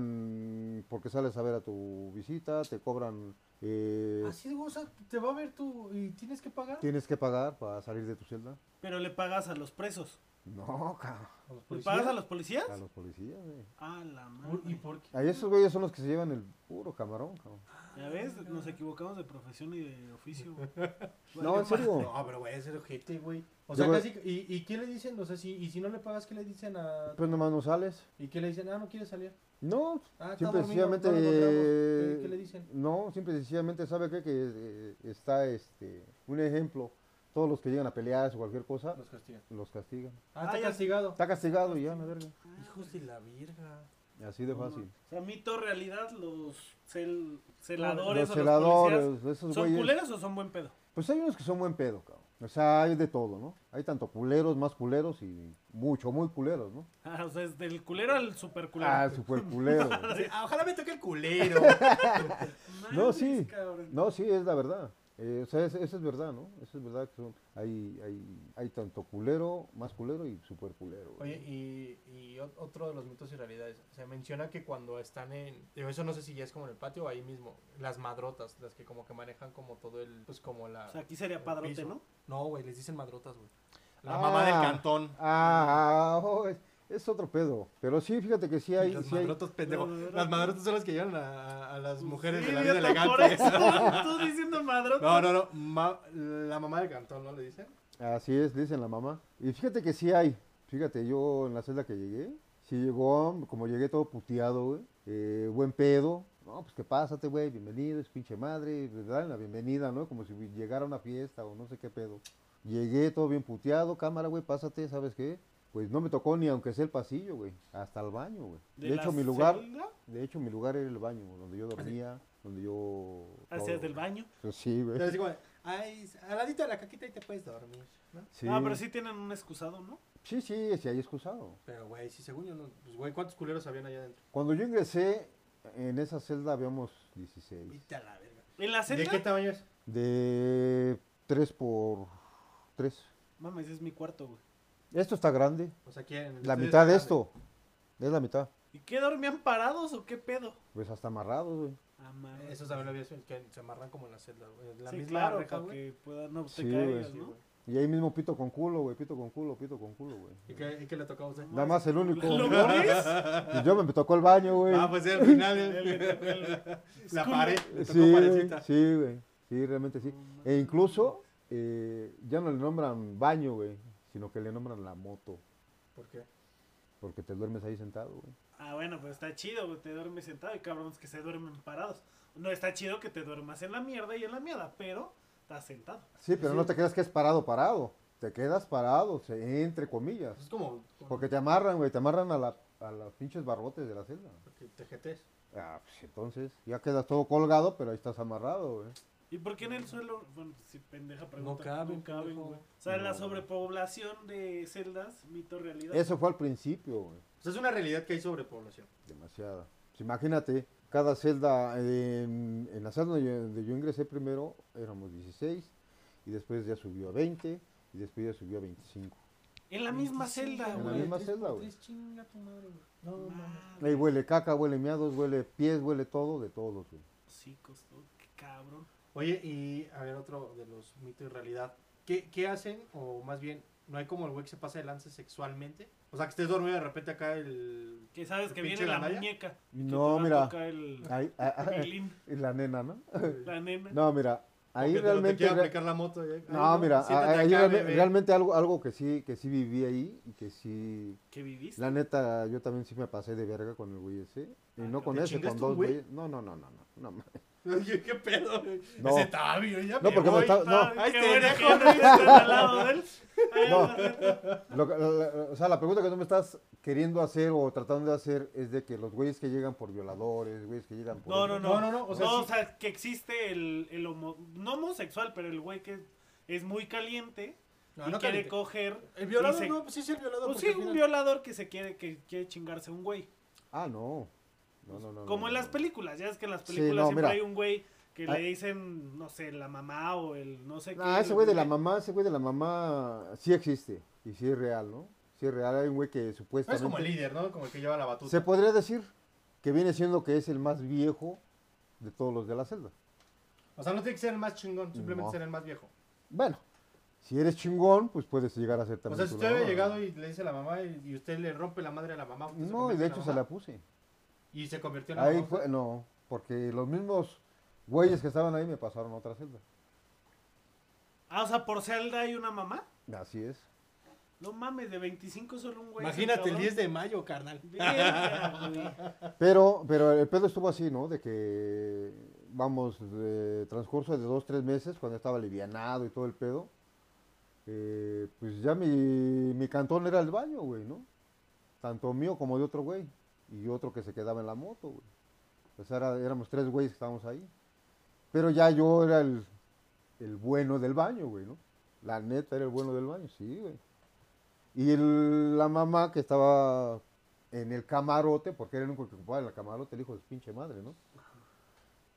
S4: cobran porque sales a ver a tu visita, te cobran... eh,
S5: Así, o sea, te va a ver tú y tienes que pagar.
S4: ¿Tienes que pagar para salir de tu celda?
S2: Pero le pagas a los presos.
S4: No, cabrón.
S5: ¿A los
S2: ¿Le
S5: policías?
S2: Pues pagas a los policías?
S4: A los policías, güey.
S2: A la
S5: Uy, ¿Y
S2: madre.
S5: por qué?
S4: Ahí esos güeyes son los que se llevan el puro camarón, cabrón.
S2: Ya ves, nos equivocamos de profesión y de oficio. güey.
S4: No, en serio.
S5: No, pero güey, es el ojete, güey. O
S4: Yo
S5: sea,
S4: creo-
S5: casi... ¿y, ¿Y qué le dicen? O sea, si, y si no le pagas, ¿qué le dicen a...?
S4: Pues nomás no sales.
S5: ¿Y qué le dicen? Ah, no quiere salir.
S4: No,
S5: Ah, está
S4: Simple y
S5: dormido, no lo
S4: sencillamente.
S5: encontramos.
S4: eh,
S5: ¿Qué, qué le dicen?
S4: No, simple y sencillamente, ¿sabe qué? Que eh, está este. Un ejemplo. Todos los que llegan a pelear o cualquier cosa,
S5: Ah, Los castigan.
S4: los castigan.
S5: Ah, está
S2: Ah, ya- Ah.
S5: castigado.
S4: Está castigado y ya, la verga.
S5: Hijos de la virga.
S4: Así de
S2: No, no.
S4: fácil.
S2: O sea, mito realidad, los cel- celadores
S4: los
S2: o los
S4: celadores,
S2: policías,
S4: esos
S2: ¿son
S4: güeyes.
S2: culeros o son buen pedo?
S4: Pues hay unos que son buen pedo, cabrón. O sea, hay de todo, ¿no? Hay tanto culeros, más culeros y mucho, muy culeros, ¿no?
S2: Ah, o sea, es del culero al super culero.
S4: Ah, super culero.
S5: ojalá me toque el culero.
S4: no, sí. No, sí, es la verdad. Eh, o sea, eso es verdad, ¿no? Eso es verdad que son- hay, hay, hay tanto culero, más culero y super culero. güey.
S5: Oye, y, y ot- otro de los mitos y realidades. Se menciona que cuando están en. Digo, eso no sé si ya es como en el patio o ahí mismo. Las madrotas, las que como que manejan como todo el. Pues como la.
S2: O sea, aquí sería
S5: el
S2: padrote,
S5: piso.
S2: ¿no?
S5: No, güey, les dicen madrotas, güey. La mamá del
S4: Ah.
S5: cantón.
S4: Ah, oh, es, es otro pedo. Pero sí, fíjate que sí hay.
S5: las
S4: sí hay-
S5: madrotas, pendejo.
S2: Madrotas.
S5: Las madrotas son las que llevan a, a las mujeres de la vida
S2: Idiota, Por
S5: elegante.
S2: eso, tú diciendo madrote.
S5: No, no, no. ma- la mamá del cantón, ¿no le dicen?
S4: Así es, le dicen la mamá. Y fíjate que sí hay. Fíjate, yo en la celda que llegué, sí llegó, como llegué todo puteado, güey. eh, buen pedo. No, pues que pásate, güey, bienvenido, es pinche madre, le dan la bienvenida, ¿no? Como si llegara a una fiesta o no sé qué pedo. Llegué todo bien puteado, cámara, güey, pásate, ¿sabes qué? Pues no me tocó ni aunque sea el pasillo, güey, hasta el baño, güey. De, hecho,
S2: la Ah,
S4: mi lugar,
S2: celda
S4: de hecho, mi lugar era el baño, donde yo dormía, donde yo...
S2: Hacías
S4: todo,
S2: Ah, del Ah, baño.
S4: güey. Sí, güey.
S5: Pero así como, ay, al ladito de la caquita y te puedes dormir, ¿no?
S4: Sí,
S2: Ah, pero sí tienen un excusado, ¿no?
S4: sí, sí, sí hay excusado.
S5: Pero, güey, sí, según yo, no. Pues, güey, ¿cuántos culeros habían allá adentro?
S4: Cuando yo ingresé, en esa celda habíamos 16.
S5: Vete a la verga.
S2: En la
S5: ¿De
S2: celda.
S5: qué tamaño es?
S4: De 3 por 3.
S2: Mames, es mi cuarto, güey.
S4: Esto está grande.
S5: O sea, aquí en el
S4: La
S5: estudio
S4: mitad de
S5: está grande.
S4: esto. Es la mitad.
S2: ¿Y qué dormían parados o qué pedo?
S4: Pues hasta amarrado, güey.
S2: Ah, mames.
S5: Eso también lo había visto, que se amarran como en la celda, güey. La
S2: sí,
S5: misma
S2: claro,
S5: reja,
S2: para
S5: güey.
S2: que puedan no te
S4: Sí,
S2: caigas,
S4: güey.
S5: Sí,
S2: ¿no?
S5: güey.
S4: Y ahí mismo pito con culo, güey. Pito con culo, pito con culo, güey.
S5: ¿Y qué, y qué le tocaba a usted? Ah,
S4: Nada más el único.
S2: ¿Lo morís?
S4: Y yo me tocó el baño, güey.
S5: Ah, pues sí, al final.
S2: Le
S5: el-
S2: tocó el-
S5: la
S2: culo.
S5: pared. Le tocó
S4: Sí,
S5: parecita.
S4: sí, güey. Sí, realmente sí. E incluso eh, ya no le nombran baño, güey. Sino que le nombran la moto.
S5: ¿Por qué?
S4: Porque te duermes ahí sentado, güey.
S2: Ah, bueno, pues está chido, güey. Te duermes sentado y cabrones que se duermen parados. No está chido que te duermas en la mierda y en la mierda, pero estás sentado.
S4: Sí, pero no te creas que es parado, parado. Te quedas parado, se- entre comillas.
S5: Pues es como.
S4: Porque te amarran, güey, te amarran a, la, a los pinches barrotes de la celda.
S5: Porque te jetes.
S4: Ah, pues entonces, ya quedas todo colgado, pero ahí estás amarrado, güey.
S2: ¿Y por qué en el suelo? Bueno, si pendeja pregunta.
S5: caben,
S2: caben,
S5: pendejo.
S2: güey. O sea, la
S4: No.
S2: sobrepoblación de celdas, mito, realidad.
S4: Eso fue al principio, güey,
S5: O sea, es una realidad que hay sobrepoblación.
S4: demasiada. Pues imagínate, cada celda, eh, en, en la celda donde yo, donde yo ingresé primero éramos 16, y después ya subió a 20, y después ya subió a 25.
S2: En la misma celda,
S4: En la
S2: güey.
S4: misma celda, güey.
S5: chinga tu madre, güey. No, mames.
S4: Ahí huele caca, huele miados, huele pies, huele todo, de todos, güey.
S2: Sí, costó. Qué cabrón.
S5: Oye, y a ver, otro de los mitos y realidad. ¿Qué, ¿Qué hacen? O más bien, ¿no hay como el güey que se pasa de lance sexualmente? O sea, que estés dormido y de repente acá el.
S2: Que sabes
S5: ¿El
S2: que
S5: pinche
S2: viene la
S5: Lanaya?
S2: muñeca. que te
S4: No,
S2: va a
S4: mira,
S2: tocar el-
S4: ahí- ah, ah,
S2: el in,
S4: y la nena, ¿no?
S2: la nena.
S4: No, mira, ahí
S5: o que te- Te,
S4: realmente...
S5: quiere
S4: re-
S5: aplicar la moto. y- ay,
S4: No, mira,
S5: siéntate
S4: ahí
S5: acá,
S4: realme-
S5: bebé.
S4: realmente algo, algo que sí, que sí viví ahí y que sí,
S2: ¿Qué viviste?
S4: la neta, yo también sí me pasé de verga con el güey ese. Y
S2: Ah,
S4: no con
S5: ¿te
S4: ese, con
S5: chingaste un
S4: dos
S5: güey?
S4: güeyes. No, no, no, no, no. No, ma-
S5: Oye, ¿Qué pedo? güey?
S4: No.
S5: Ese tabio, ya
S4: No,
S5: me
S4: porque me
S5: voy.
S4: estaba-
S2: Ah,
S5: no. Ahí
S2: qué
S5: te
S2: bueno
S5: dejo,
S2: que no estás al lado de él. Ahí
S4: No.
S2: la neta.
S4: lo que- la- la- o sea, la pregunta que tú me estás queriendo hacer o tratando de hacer es de que los güeyes que llegan por violadores, güeyes que llegan por...
S2: No, no, no.
S5: No, no, no, o sea, sí.
S2: que existe el, el homo- no homosexual, pero el güey que es muy caliente
S5: No,
S2: y
S5: no
S2: quiere
S5: caliente.
S2: coger.
S5: El violador,
S2: y se-
S5: no, pues sí, sí, el violador.
S2: Pues
S5: porque
S2: sí,
S5: al
S2: un
S5: final-
S2: violador que se quiere, que quiere chingarse a un güey.
S4: Ah, no. No, no, no.
S2: Como
S4: no,
S2: en
S4: no,
S2: las
S4: no.
S2: películas, ya es que en las
S4: Sí,
S2: películas
S4: no,
S2: siempre
S4: mira.
S2: hay un güey que
S4: Ah.
S2: le dicen, no sé, la mamá o el no sé qué.
S4: Ah, ese
S2: el
S4: güey de la mamá, ese güey de la mamá sí existe y sí es real, ¿no? Sí es real, hay un güey que
S5: No es
S4: supuestamente...
S5: como el líder, ¿no? Como el que lleva la batuta.
S4: Se podría decir que viene siendo que es el más viejo de todos los de la celda.
S5: O sea, no tiene que ser el más chingón, simplemente
S4: No.
S5: ser el más viejo.
S4: Bueno, si eres chingón, pues puedes llegar a ser
S5: O
S4: también.
S5: sea, si
S4: tu
S5: usted había
S4: ladrón,
S5: llegado
S4: ¿no?
S5: y le dice a la mamá y, y usted le rompe la madre a la mamá. usted se
S4: No, y
S5: convierte
S4: de
S5: en
S4: hecho se
S5: mamá.
S4: la puse.
S5: Y se convirtió en la
S4: Ahí
S5: mamá.
S4: fue, no, porque los mismos güeyes que estaban ahí me pasaron a otra celda.
S2: Ah, o sea, por celda hay una mamá.
S4: Así es.
S2: No mames, de 25 solo un güey.
S5: Imagínate el
S2: cabrón.
S5: 10 de mayo, carnal.
S2: Verga, güey.
S4: Pero, pero el pedo estuvo así, ¿no? De que, vamos, de transcurso de dos, tres meses, cuando estaba alivianado y todo el pedo, eh, pues ya mi, mi cantón era el baño, güey, ¿no? Tanto mío como de otro güey. Y otro que se quedaba en la moto, güey. O sea, era- éramos tres güeyes que estábamos ahí. Pero ya yo era el, el bueno del baño, güey, ¿no? La neta era el bueno del baño, sí, güey. Y el- la mamá que estaba en el camarote, porque era el único que ocupaba el camarote, el hijo de su pinche madre, ¿no?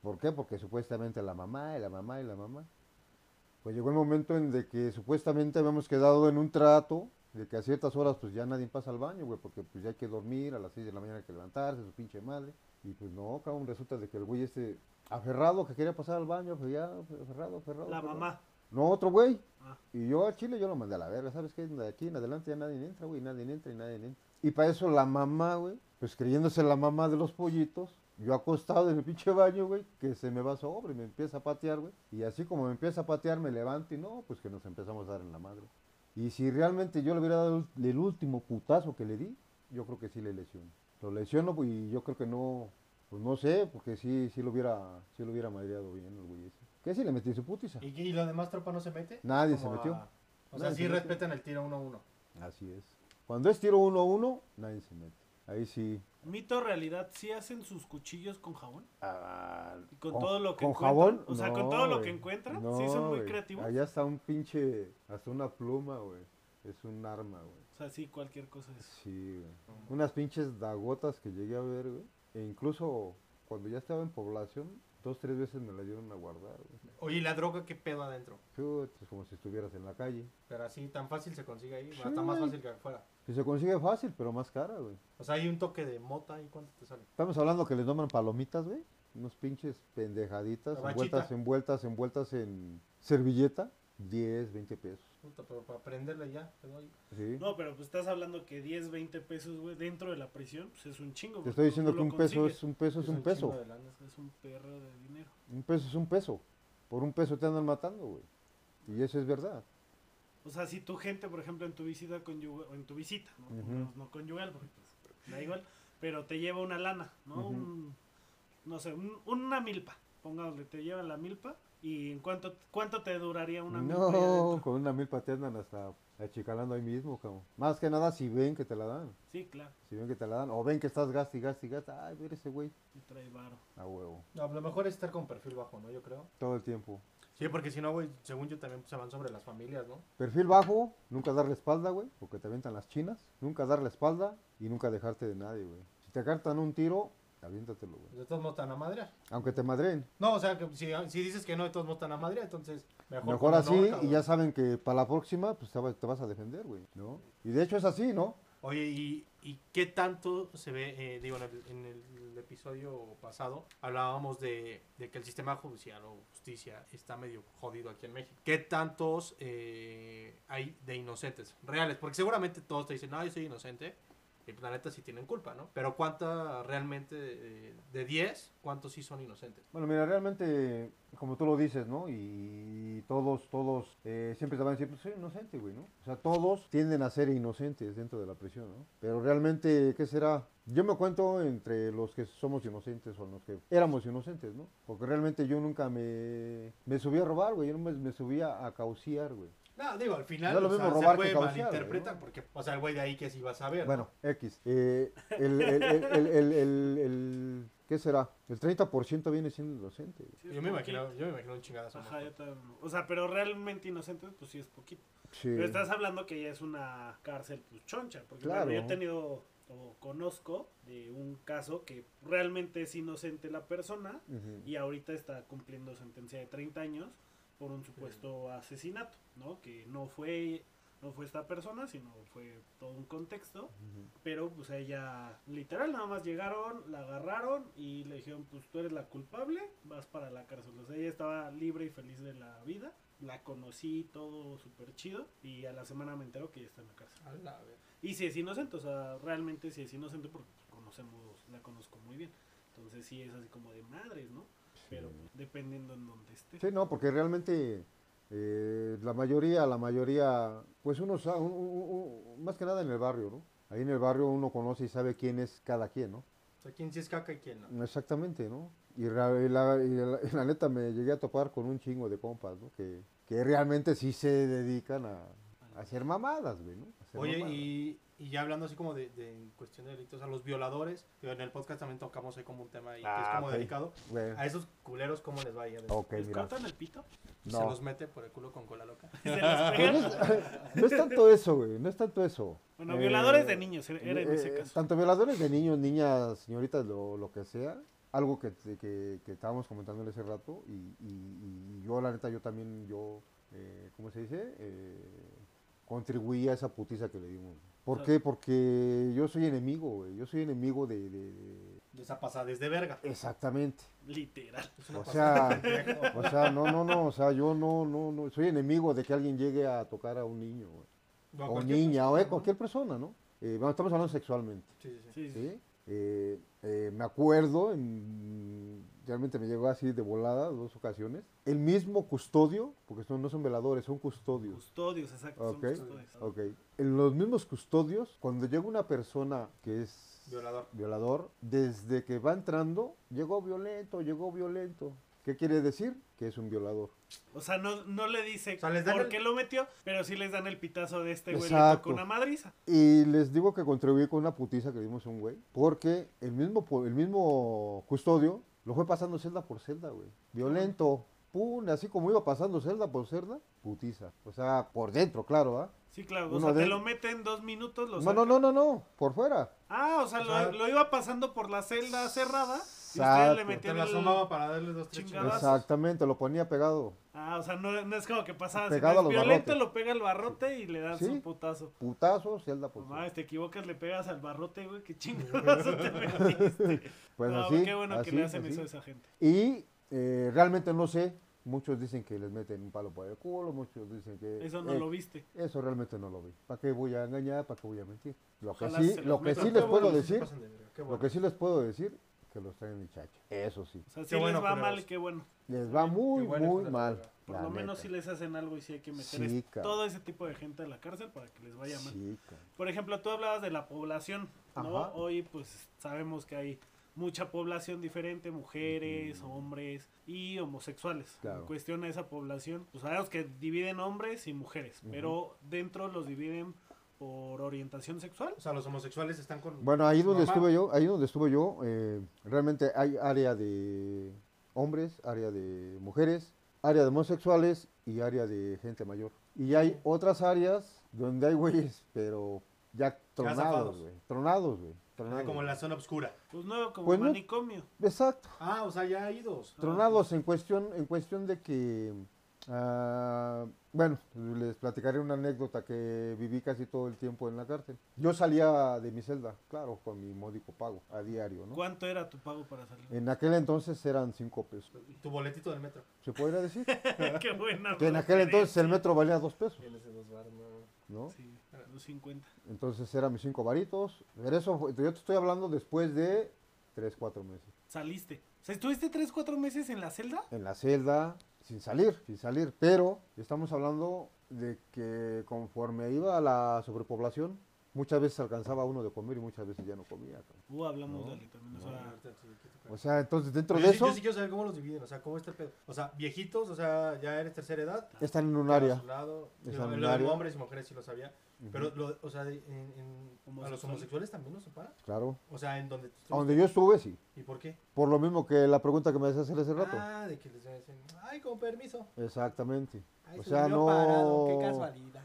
S4: ¿Por qué? Porque supuestamente la mamá y la mamá y la mamá. pues llegó el momento en de que supuestamente habíamos quedado en un trato de que a ciertas horas pues ya nadie pasa al baño, güey, porque pues ya hay que dormir, a las 6 de la mañana hay que levantarse, su pinche madre. Y pues no, cabrón, resulta de que el güey este aferrado que quería pasar al baño, pues ya aferrado, aferrado.
S2: La
S4: aferrado.
S2: mamá.
S4: No, otro güey.
S2: Ah.
S4: Y yo al chile yo lo mandé a la verga, ¿sabes qué? De aquí en adelante ya nadie entra, güey, nadie entra y nadie entra. Y para eso la mamá, güey, pues creyéndose la mamá de los pollitos, yo acostado en el pinche baño, güey, que se me va sobre, me empieza a patear, güey. Y así como me empieza a patear, me levanto y no, pues que nos empezamos a dar en la madre. Y si realmente yo le hubiera dado el, el último putazo que le di, yo creo que sí le lesiono. Lo lesiono pues, y yo creo que no, pues no sé, porque sí, sí lo hubiera, sí lo hubiera madreado bien el güey ese. Que sí le metí su putiza.
S5: ¿Y, y la demás tropa no se mete?
S4: Nadie
S5: Como
S4: se metió.
S5: a- o sea,
S4: Nadie
S5: sí
S4: se metió.
S5: respetan el tiro uno a uno.
S4: Así es. Cuando es tiro uno a uno, nadie se mete. Ahí sí.
S2: Mito o realidad, ¿sí hacen sus cuchillos con jabón?
S4: ah,
S2: ¿Y con todo lo que
S4: ¿Con
S2: encuentran?
S4: jabón?
S2: O sea,
S4: No,
S2: con todo lo que
S4: güey.
S2: encuentran.
S4: No,
S2: sí, son muy
S4: güey.
S2: creativos.
S4: Allá está un pinche. Hasta una pluma, güey. Es un arma, güey.
S2: O sea, sí, cualquier cosa es.
S4: Sí, güey. Unas pinches dagotas que llegué a ver, güey. E incluso cuando ya estaba en población, dos, tres veces me la dieron a guardar, güey.
S5: Oye, ¿y la droga qué pedo adentro?
S4: Chut, es como si estuvieras en la calle.
S5: Pero así tan fácil se consigue ahí,
S4: Sí,
S5: hasta más
S4: güey.
S5: fácil que afuera.
S4: Que se consigue fácil, pero más cara, güey.
S5: O sea, hay un toque de mota y cuánto te sale.
S4: Estamos hablando que les nombran palomitas, güey. Unos pinches pendejaditas,
S5: La
S4: envueltas,
S5: bachita.
S4: envueltas, envueltas en servilleta. 10, 20 pesos.
S5: Puta, pero para prenderle ya, te doy.
S4: ¿sí?
S2: No, pero pues estás hablando que 10, 20 pesos, güey, dentro de la prisión, pues es un chingo.
S4: Te
S2: porque
S4: estoy
S2: no
S4: diciendo
S2: lo
S4: que un peso
S2: consigues.
S4: es un peso, es un
S5: un chingo
S4: peso.
S5: de lana.
S2: Es un perro de dinero.
S4: Un peso es un peso. Por un peso te andan matando, güey. Y eso es verdad.
S2: O sea, si tu gente, por ejemplo, en tu visita conyugal, o en tu visita, ¿no?
S4: Ujú.
S2: Pongamos no conyugal, porque pues, da igual, pero te lleva una lana, ¿no?
S4: Ujú.
S2: Un- no sé, un- una milpa, pongámosle, te lleva la milpa y en cuánto, cuánto te duraría una milpa. ahí
S4: no,
S2: adentro?
S4: con una milpa te andan hasta achicalando ahí mismo, cabrón. Más que nada si ven que te la dan.
S2: Sí, claro,
S4: Si ven que te la dan. O ven que estás gasta y gasta y gasta. Ay, ver ese güey.
S2: y trae varo.
S4: A huevo.
S5: No, a lo mejor es estar con perfil bajo, ¿no? Yo creo.
S4: Todo el tiempo.
S5: Sí, porque si no, güey, según yo también pues, se van sobre las familias, ¿no?
S4: Perfil bajo, nunca dar la espalda, güey, porque te avientan las chinas. Nunca dar la espalda y nunca dejarte de nadie, güey. Si te acartan un tiro, aviéntatelo, güey.
S5: De todos modos están a madrear.
S4: Aunque te madren.
S5: No, o sea, que si, si dices que no, de todos modos están a madrear, entonces mejor.
S4: Mejor
S5: con
S4: así
S5: una horca,
S4: y
S5: güey.
S4: ya saben que para la próxima pues te va- te vas a defender, güey, ¿no? Y de hecho es así, ¿no?
S5: Oye, ¿y, y qué tanto se ve? eh, digo, en el, en el episodio pasado hablábamos de, de que el sistema judicial o justicia está medio jodido aquí en México. ¿Qué tantos eh, hay de inocentes reales? Porque seguramente todos te dicen, no, yo soy inocente. Y pues, la neta sí tienen culpa, ¿no? Pero ¿cuánta realmente eh, de 10, cuántos sí son inocentes?
S4: Bueno, mira, realmente, como tú lo dices, ¿no? Y todos, todos, eh, siempre te van a decir, pues soy inocente, güey, ¿no? O sea, todos tienden a ser inocentes dentro de la prisión, ¿no? Pero realmente, ¿qué será? Yo me cuento entre los que somos inocentes o los que éramos inocentes, ¿no? Porque realmente yo nunca me, me subí a robar, güey, yo me, me subía a cauciar, güey.
S5: No, digo, al final
S4: No es lo
S5: o
S4: mismo
S5: sea, se
S4: robar que
S5: puede
S4: causar, güey,
S5: malinterpretar
S4: ¿no?
S5: porque, o sea, el güey de ahí que sí va a saber.
S4: Bueno, X. Eh, el, el- el- el- el- el- el- ¿Qué será? El 30% viene siendo inocente. güey.
S2: Sí,
S5: ¿no?
S2: es
S5: Yo me
S2: poquito.
S5: imagino, yo me imagino un chingadazo.
S2: Ajá, yo también. O sea, pero realmente inocentes, pues sí es poquito.
S4: Sí.
S2: Pero estás hablando que ya es una cárcel pues, choncha, porque
S4: Claro.
S2: bueno, yo he tenido o conozco de un caso que realmente es inocente la persona
S4: Ujú.
S2: y ahorita está cumpliendo sentencia de 30 años por un supuesto asesinato, ¿no? Que no fue no fue esta persona, sino fue todo un contexto,
S4: Ujú.
S2: pero pues ella literal nada más llegaron, la agarraron y le dijeron, "Pues tú eres la culpable, vas para la cárcel." O sea, ella estaba libre y feliz de la vida. La conocí todo súper chido y a la semana me entero que ella está en la cárcel.
S5: A la verga.
S2: Y si es inocente, o sea, realmente si es inocente porque pues, conocemos, la conozco muy bien. Entonces sí es así como de madres, ¿no? Pero
S4: Sí.
S2: pues, dependiendo en dónde esté.
S4: Sí, no, porque realmente eh, la mayoría, la mayoría, pues uno sabe, un- un- un- más que nada en el barrio, ¿no? Ahí en el barrio uno conoce y sabe quién es cada quien, ¿no?
S5: O sea, quién sí es caca y quién no.
S4: Exactamente, ¿no? Y la, y la- y la- y la neta me llegué a topar con un chingo de compas, ¿no? Que, que realmente sí se dedican a, a hacer mamadas, güey, ¿no? A hacer
S5: Oye,
S4: mamadas.
S5: y, y ya hablando así como de, de en cuestión de delitos, a los violadores, digo, en el podcast también tocamos ahí como un tema ahí que es
S4: Ah,
S5: como
S4: ok.
S5: dedicado.
S4: Bueno,
S5: A esos culeros, ¿cómo les va ahí adentro?
S4: ok,
S2: ¿Les
S4: mira.
S2: cortan el pito?
S4: No.
S5: Se los mete por el culo con cola loca.
S2: ¿Se los
S4: Pero
S2: pegan?
S4: no es- no es tanto eso, güey, no es tanto eso.
S2: Bueno,
S4: Eh,
S2: violadores de niños, era era en
S4: eh,
S2: ese caso.
S4: Tanto violadores de niños, niñas, señoritas, lo, lo que sea. Algo que, que, que estábamos comentando hace rato y, y- y yo, la neta, yo también, yo, eh, ¿cómo se dice? Eh, contribuí a esa putiza que le dimos. ¿Por
S2: Claro.
S4: qué? Porque yo soy enemigo, güey. Yo soy enemigo de... de- de-
S5: De esa pasada es de verga.
S4: Eh, Exactamente.
S2: Literal.
S5: Es una
S4: O
S5: pasada.
S4: sea, o sea, no, no, no, o sea, yo no, no, no, soy enemigo de que alguien llegue a tocar a un niño, güey.
S5: No,
S4: o
S5: cualquier
S4: niña, o
S5: persona,
S4: eh,
S5: ¿no?
S4: cualquier persona, ¿no? Eh, bueno, estamos hablando sexualmente.
S5: Sí, sí, sí.
S2: Sí, sí.
S4: ¿sí? Eh, eh, me acuerdo, en- realmente me llegó así de volada dos ocasiones. El mismo custodio, porque son, no son veladores, son custodios.
S2: Custodios, exacto.
S4: Ok,
S2: Son custodios.
S4: ok. En los mismos custodios, cuando llega una persona que es
S5: Violador.
S4: violador, desde que va entrando, llegó violento, llegó violento. ¿Qué quiere decir? Que es un violador.
S2: O sea, no, no le dice
S5: O sea, les dan
S2: por
S5: el-
S2: qué lo metió, pero sí les dan el pitazo de este güey. Le
S4: Exacto.
S2: tocó una madriza.
S4: Y les digo que contribuí con una putiza que le dimos a un güey, porque el mismo, po- el mismo custodio lo fue pasando celda por celda, güey. Violento, pum, así como iba pasando celda por celda, putiza. O sea, por dentro, claro, ¿ah?
S2: Sí, claro. O
S4: Uno
S2: sea,
S4: de-
S2: te lo meten dos minutos. Lo
S4: No, no,
S2: sacan.
S4: no, no, no, por fuera.
S2: Ah, o sea,
S5: O
S2: lo,
S5: sea,
S2: lo iba pasando por la celda cerrada. Y ustedes
S4: Exacto.
S2: le
S4: Te
S5: Te
S2: metían
S5: la
S2: el-
S5: asomaba para darle dos, tres
S2: Chingadas.
S5: chingadas.
S4: Exactamente, lo ponía pegado.
S2: Ah, o sea, no, no es como que pasaba. Si no
S4: Pegado
S2: es
S4: a los
S2: violento,
S4: barrotes.
S2: lo pega al barrote y le dan
S4: Sí.
S2: su putazo.
S4: Putazo, celda por
S2: No
S4: celda.
S2: mames, te equivocas, le pegas al barrote, güey. Qué chingazo te metiste.
S4: Pues
S2: no,
S4: así,
S2: qué bueno
S4: así,
S2: que le hacen
S4: así.
S2: eso a esa gente.
S4: Y eh, realmente no sé, muchos dicen que les meten un palo por el culo, muchos dicen que...
S2: Eso no
S4: eh,
S2: lo viste.
S4: Eso realmente no lo vi. ¿Para qué voy a engañar? ¿Para qué voy a mentir? Lo que
S2: Ojalá
S4: sí,
S2: se los
S4: lo que
S2: metan.
S4: Pues sí
S5: Qué
S4: les
S5: bueno
S4: puedo
S5: que sí se
S4: decir,
S5: pasan de verga, qué
S4: lo
S5: bueno.
S4: que sí les puedo decir, que los traen en chacha. Eso sí.
S2: O sea, sí
S5: Qué bueno,
S2: les va
S5: culeros.
S2: mal, qué bueno.
S4: Les va muy,
S5: bueno,
S4: muy
S5: hijo de la
S4: mal.
S5: verga.
S2: Por
S4: la
S2: lo menos
S4: neta.
S2: si les hacen algo y si hay que meter
S4: Sí,
S2: es-
S4: cabrón.
S2: todo ese tipo de gente a la cárcel para que les vaya mal.
S4: Sí, cabrón.
S2: Por ejemplo, tú hablabas de la población, ¿no?
S4: Ajá.
S2: Hoy pues sabemos que hay mucha población diferente, mujeres, hombres y homosexuales. En
S4: Claro.
S2: cuestión a esa población, pues sabemos que dividen hombres y mujeres, pero dentro los dividen por orientación sexual.
S5: O sea, los homosexuales están con.
S4: Bueno, ahí donde
S5: Mamá.
S4: estuve yo, ahí donde estuve yo, eh, realmente hay área de hombres, área de mujeres, área de homosexuales y área de gente mayor. Y hay otras áreas donde hay güeyes, pero ya
S5: zafados.
S4: tronados, güey. Tronados, güey. tronados.
S5: Como la zona oscura.
S2: Pues no, como
S4: Pues no.
S2: manicomio.
S4: Exacto.
S5: Ah, o sea, ya idos.
S4: Tronados en cuestión, en cuestión de que, ah, bueno, les platicaré una anécdota que viví casi todo el tiempo en la cárcel. Yo salía de mi celda, claro, con mi módico pago a diario, ¿no?
S2: ¿Cuánto era tu pago para salir?
S4: En aquel entonces eran cinco pesos,
S5: Tu boletito del metro.
S4: se podría decir.
S2: Qué buena.
S4: Que en aquel entonces el metro valía dos pesos,
S5: Tienes dos bar, no.
S4: ¿no?
S2: Sí, 250.
S4: Entonces eran mis cinco varitos. Pero eso, fue- yo te estoy hablando después de tres, cuatro meses.
S2: Saliste. O sea, estuviste 3, 4 meses en la celda.
S4: en la celda, sin salir, sin salir. Pero estamos hablando de que conforme iba la sobrepoblación, muchas veces alcanzaba uno de comer y muchas veces ya no comía. cabrón.
S2: Uh, hablamos
S4: No,
S2: de Ale también. o
S5: Ah,
S2: sea,
S5: ahorita te- te- te-
S4: O sea, entonces dentro
S5: Pero
S4: de
S5: yo, sí-
S4: eso
S5: yo sí quiero saber cómo los dividen, o sea, cómo está el pedo. O sea, viejitos, o sea, ya eres tercera edad.
S4: están en un
S5: cada a
S4: área.
S5: su lado.
S4: Es
S5: Yo-
S4: un
S5: lo de
S4: área.
S5: hombres y mujeres sí lo sabía. Pero,
S4: Ujú,
S5: lo- o sea, de- en- en- a los
S2: Homosexuales.
S5: homosexuales también los separan.
S4: Claro.
S5: O sea, en donde.
S4: A donde yo estuve, sí.
S5: ¿Y por qué?
S4: Por lo mismo que la pregunta que me hacías hace rato.
S5: Ah, de que les dicen, ay, con permiso.
S4: Exactamente.
S5: Ay,
S4: O
S5: se
S4: sea,
S5: durmió
S4: no-
S5: parado, qué casualidad.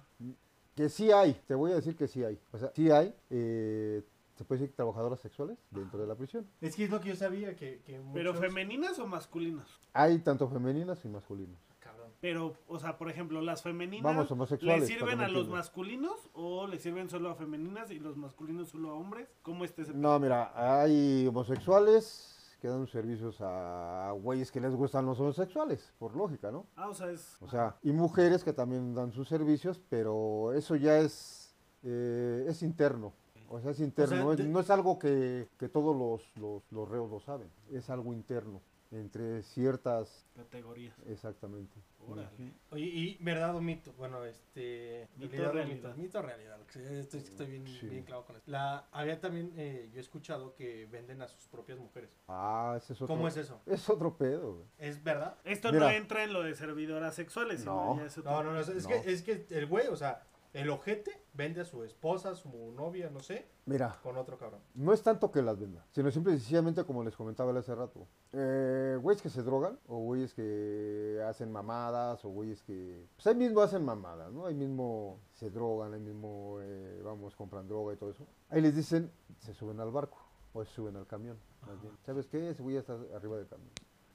S4: Que sí hay, te voy a decir que sí hay. O sea, sí hay, eh, se puede decir, trabajadoras sexuales dentro de la prisión.
S5: Es que es lo que yo sabía, que, que
S2: pero
S5: muchos-
S2: femeninas o masculinas.
S4: Hay tanto femeninas y masculinos.
S5: Cabrón.
S2: Pero, o sea, por ejemplo, las femeninas.
S4: Vamos,
S2: ¿Le
S4: homosexuales. para
S2: sirven
S4: que
S2: a
S4: me
S2: los
S4: entiendas.
S2: masculinos o le sirven solo a femeninas y los masculinos solo a hombres? ¿Cómo este se...
S4: No, mira, hay homosexuales que dan servicios a güeyes que les gustan los homosexuales, por lógica, ¿no?
S2: Ah, o sea, es...
S4: O sea, y mujeres que también dan sus servicios, pero eso ya es, eh, es interno. O sea, es interno,
S5: O sea,
S4: es-
S5: de-
S4: no es algo que, que todos los, los- los reos lo saben, es algo interno, entre ciertas,
S2: categorías.
S4: exactamente.
S2: Órale.
S5: Oye, y verdad o mito, bueno, este...
S2: Mito o realidad.
S5: realidad o
S2: Ah,
S5: Mito, Mito o realidad, que estoy, estoy bien,
S4: Sí.
S5: bien clavado con esto. La, había también, eh, yo he escuchado que venden a sus propias mujeres.
S4: Ah, ese es otro,
S5: ¿Cómo es eso?
S4: es otro pedo, güey.
S5: ¿Es verdad?
S2: Esto no
S4: Mira.
S2: entra en lo de servidoras sexuales, sino
S4: No.
S2: ya es otro-
S5: No, no, no, es, es
S4: No.
S5: Que, es que el güey, o sea, el ojete vende a su esposa, su novia, no sé,
S4: Mira,
S5: con otro cabrón.
S4: No es tanto que las venda, sino simple y sencillamente como les comentaba hace rato. Eh, güeyes que se drogan, o güeyes que hacen mamadas, o güeyes que... Pues ahí mismo hacen mamadas, ¿no? Ahí mismo se drogan, ahí mismo, eh, vamos, compran droga y todo eso. Ahí les dicen, se suben al barco, o se suben al camión. más bien. ¿Sabes qué? Ese güey ya está arriba del camión.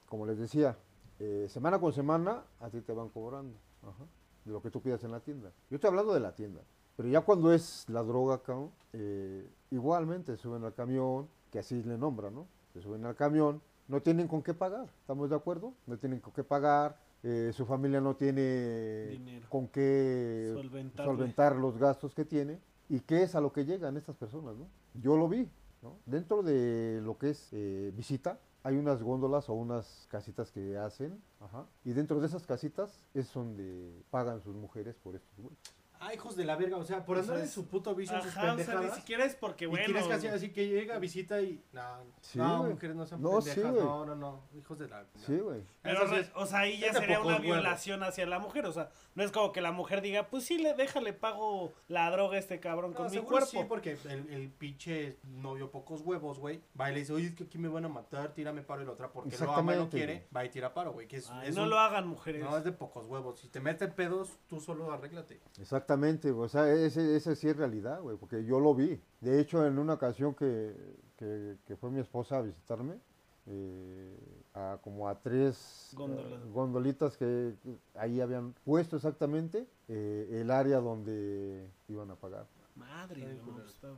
S4: Como les decía, eh, semana con semana a ti te van cobrando. Ajá. de lo que tú pidas en la tienda. Yo estoy hablando de la tienda. Pero ya cuando es la droga, cabrón, eh, igualmente suben al camión, que así le nombran, ¿no? Se suben al camión, no tienen con qué pagar, ¿estamos de acuerdo? No tienen con qué pagar, eh, su familia no tiene
S2: Dinero.
S4: con qué
S2: Solventarle.
S4: solventar los gastos que tiene y qué es a lo que llegan estas personas, ¿no? Yo lo vi, ¿no? Dentro de lo que es eh, visita, hay unas góndolas o unas casitas que hacen, ajá, y dentro de esas casitas es donde pagan sus mujeres por estos güeyes.
S5: Ah, hijos de la verga, o sea, por
S2: O
S5: andar
S2: sea,
S5: en su puto vicio, en sus
S2: Ajá, o sea, ni
S5: pendejadas,
S2: siquiera es porque,
S5: y
S2: bueno.
S5: quieres casi así que llega, visita y. No,
S4: Sí,
S5: no,
S4: güey.
S5: mujeres no son
S4: No, sí,
S5: pendejas.
S4: güey.
S5: no, no, no. Hijos de la. no.
S4: Sí, güey.
S2: Pero,
S5: Eso sí
S2: re-
S5: es-
S2: o sea, ahí ya
S5: es de
S2: sería
S5: pocos
S2: una
S5: huevos.
S2: violación hacia la mujer. O sea, no es como que la mujer diga, pues sí, le deja, le pago la droga a este cabrón
S5: No,
S2: con mi
S5: seguro
S2: cuerpo.
S5: sí, porque el, el pinche novio pocos huevos, güey. Va y le dice, oye, es que aquí me van a matar, tírame paro y la otra porque lo ama y no
S4: Exactamente,
S5: quiere. Va y tira paro, güey. Que es,
S2: Ay,
S5: es
S2: no
S5: un-
S2: lo hagan, mujeres.
S5: No, es de pocos huevos. Si te meten pedos, tú solo arréglate.
S4: Exactamente, o sea, ese, ese sí es realidad, güey, porque yo lo vi. De hecho, en una ocasión que, que- que fue mi esposa a visitarme, eh, a como a tres eh,
S2: Góndolas.
S4: gondolitas que ahí habían puesto exactamente eh, el área donde iban a pagar.
S2: Madre,
S5: Ay,
S2: no,
S5: culero.
S2: pues, está-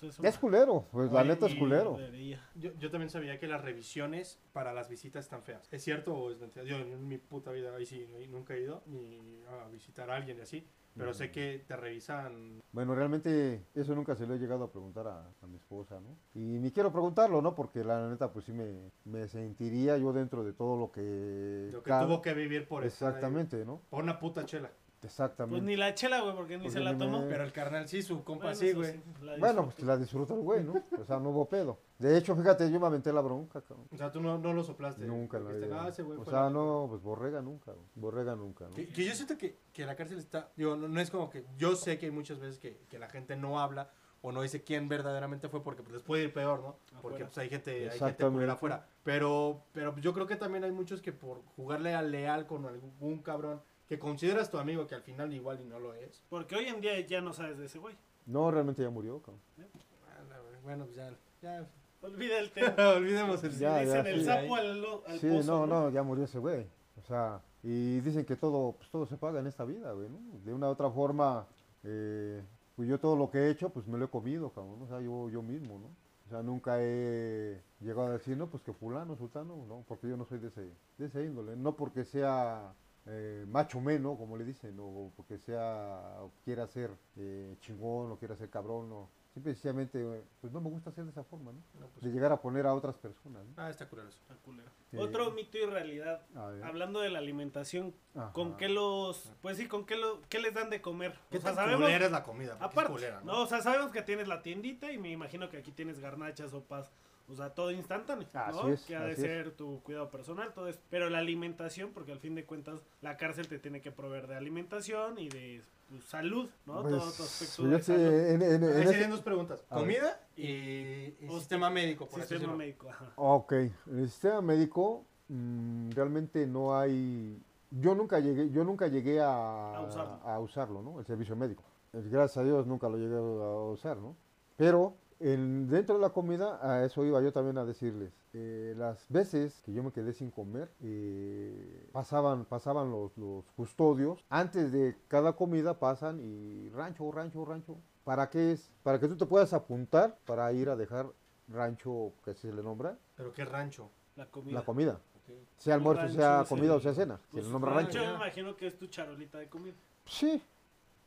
S2: pues, es Pues
S4: Es culero, pues la
S5: Oye,
S4: neta es
S5: y-
S4: culero.
S2: Debería.
S5: Yo, yo también sabía que las revisiones para las visitas están feas. ¿Es cierto o es mentira? Yo en mi puta vida ahí sí ahí nunca he ido ni a visitar a alguien y así. Pero sé que te revisan.
S4: Bueno, realmente eso nunca se lo he llegado a preguntar a, a mi esposa, ¿no? Y ni quiero preguntarlo, ¿no? Porque la neta, pues sí me, me sentiría yo dentro de todo lo que...
S5: Lo que
S4: ca-
S5: tuvo que vivir por estar ahí.
S4: Exactamente, ¿no?
S5: Por una puta chela.
S4: Exactamente.
S2: Pues ni la chela, güey, porque ni
S4: Porque
S2: se la
S4: ni
S2: tomó.
S4: me-
S5: Pero el carnal sí, su compa
S2: Bueno,
S5: sí,
S2: eso
S5: güey.
S2: sí, la
S4: Bueno,
S2: disfruto.
S4: pues que la disfruta el güey, ¿no? O sea, no hubo pedo. De hecho, fíjate, yo me aventé la bronca, cabrón.
S5: O sea, tú no, no lo soplaste.
S4: Nunca la
S5: Porque este,
S4: vida.
S5: "Ah, ese güey
S4: O
S5: fue
S4: sea,
S5: la-
S4: no, pues borrega nunca, güey. borrega nunca, ¿no?
S5: Que, que yo siento que, que la cárcel está. Digo, no, no es como que. Yo sé que hay muchas veces que, que la gente no habla o no dice quién verdaderamente fue porque pues, les puede ir peor, ¿no? Porque
S2: Afuera.
S5: pues, hay gente, hay gente
S4: Exactamente.
S5: culera afuera. Pero, pero pues, yo creo que también hay muchos que por jugarle al leal con algún cabrón que consideras tu amigo que al final igual y no lo es.
S2: Porque hoy en día ya no sabes de ese güey.
S4: No, realmente ya murió, cabrón.
S5: ah, la ver- Bueno, pues ya. ya.
S2: Olvida el tema.
S5: Olvidemos el.
S4: Ya,
S2: Le dicen
S4: ya,
S2: el
S4: sí.
S2: sapo al, lo- al
S4: Sí,
S2: pozo.
S4: no, no, ya murió ese güey. O sea, y dicen que todo, pues todo se paga en esta vida, güey, ¿no? De una u otra forma, eh, pues yo todo lo que he hecho, pues me lo he comido, cabrón. ¿no? O sea, yo, yo mismo, ¿no? O sea, nunca he llegado a decir, no, pues que fulano, sultano, no, porque yo no soy de ese, de ese índole. No porque sea eh, macho menos, como le dicen, o porque sea, o quiera ser eh, chingón, o quiera ser cabrón, o simple y sencillamente, eh, pues no me gusta ser de esa forma, ¿no?
S5: No, pues,
S4: De llegar a poner a otras personas, ¿no?
S5: ah, está culero eso.
S2: Está culero.
S4: Sí.
S2: Otro mito y realidad.
S4: A ver.
S2: Hablando de la alimentación, ¿con
S4: Ah, eh, Ajá.
S2: qué los. Pues sí, ¿con qué, lo, qué les dan de comer?
S5: ¿Qué
S2: o sea,
S5: tan
S2: sabemos.
S5: culera es la comida? Porque es
S2: Aparte,
S5: culera,
S2: ¿no? o sea, sabemos que tienes la tiendita y me imagino que aquí tienes garnachas, sopas, o sea, todo instantáneo, ¿no?
S4: Así es,
S2: que ha de
S4: así es.
S2: ser tu cuidado personal, todo eso. Pero la alimentación, porque al fin de cuentas la cárcel te tiene que proveer de alimentación y de pues, salud, ¿no?
S4: Pues,
S2: todo tu aspecto
S4: yo
S2: de
S4: sí,
S2: salud,
S4: en- en- en
S5: Ahí
S4: ese-
S5: serían dos preguntas.
S4: A ver.
S5: Comida y, y
S2: Hostia.
S5: sistema médico, por así
S2: sistema
S5: decirlo.
S2: médico. ajá.
S4: Ok, en el sistema médico mm, realmente no hay... Yo nunca llegué, yo nunca llegué a,
S2: A usarlo.
S4: a usarlo, ¿no? El servicio médico. Eh, Gracias a Dios nunca lo llegué a usar, ¿no? Pero en- dentro de la comida, a eso iba yo también a decirles. eh, las veces que yo me quedé sin comer, eh, pasaban, pasaban los, los custodios. Antes de cada comida pasan y rancho, rancho, rancho. ¿Para qué es? Para que tú te puedas apuntar para ir a dejar rancho, que así se le nombra,
S5: Pero qué rancho.
S2: La comida.
S4: la comida.
S5: Ok.
S4: Sea
S2: Un
S4: almuerzo,
S2: rancho
S4: sea
S2: es
S4: comida o
S2: el-
S4: sea cena. Se
S2: Pues,
S4: le nombra
S2: rancho,
S4: rancho.
S2: yo me imagino que es tu charolita de comida.
S4: Sí.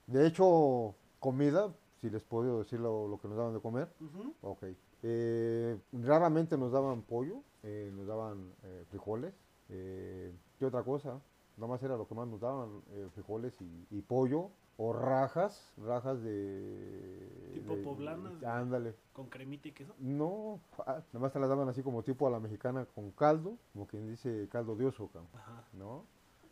S4: De hecho, comida, si les puedo decir lo, lo que nos daban de comer.
S2: Ujú.
S4: Ok. Eh, raramente nos daban pollo, eh, nos daban eh, frijoles. eh, ¿Qué otra cosa? Nada más era lo que más nos daban, eh, frijoles y, y pollo. O rajas, rajas de...
S2: Tipo
S4: de-
S2: poblanas.
S4: Ándale.
S2: Con cremita y queso.
S4: No, ah, nada más te las daban así como tipo a la mexicana con caldo, como quien dice caldo de oso, cabrón,
S2: Ajá.
S4: ¿no?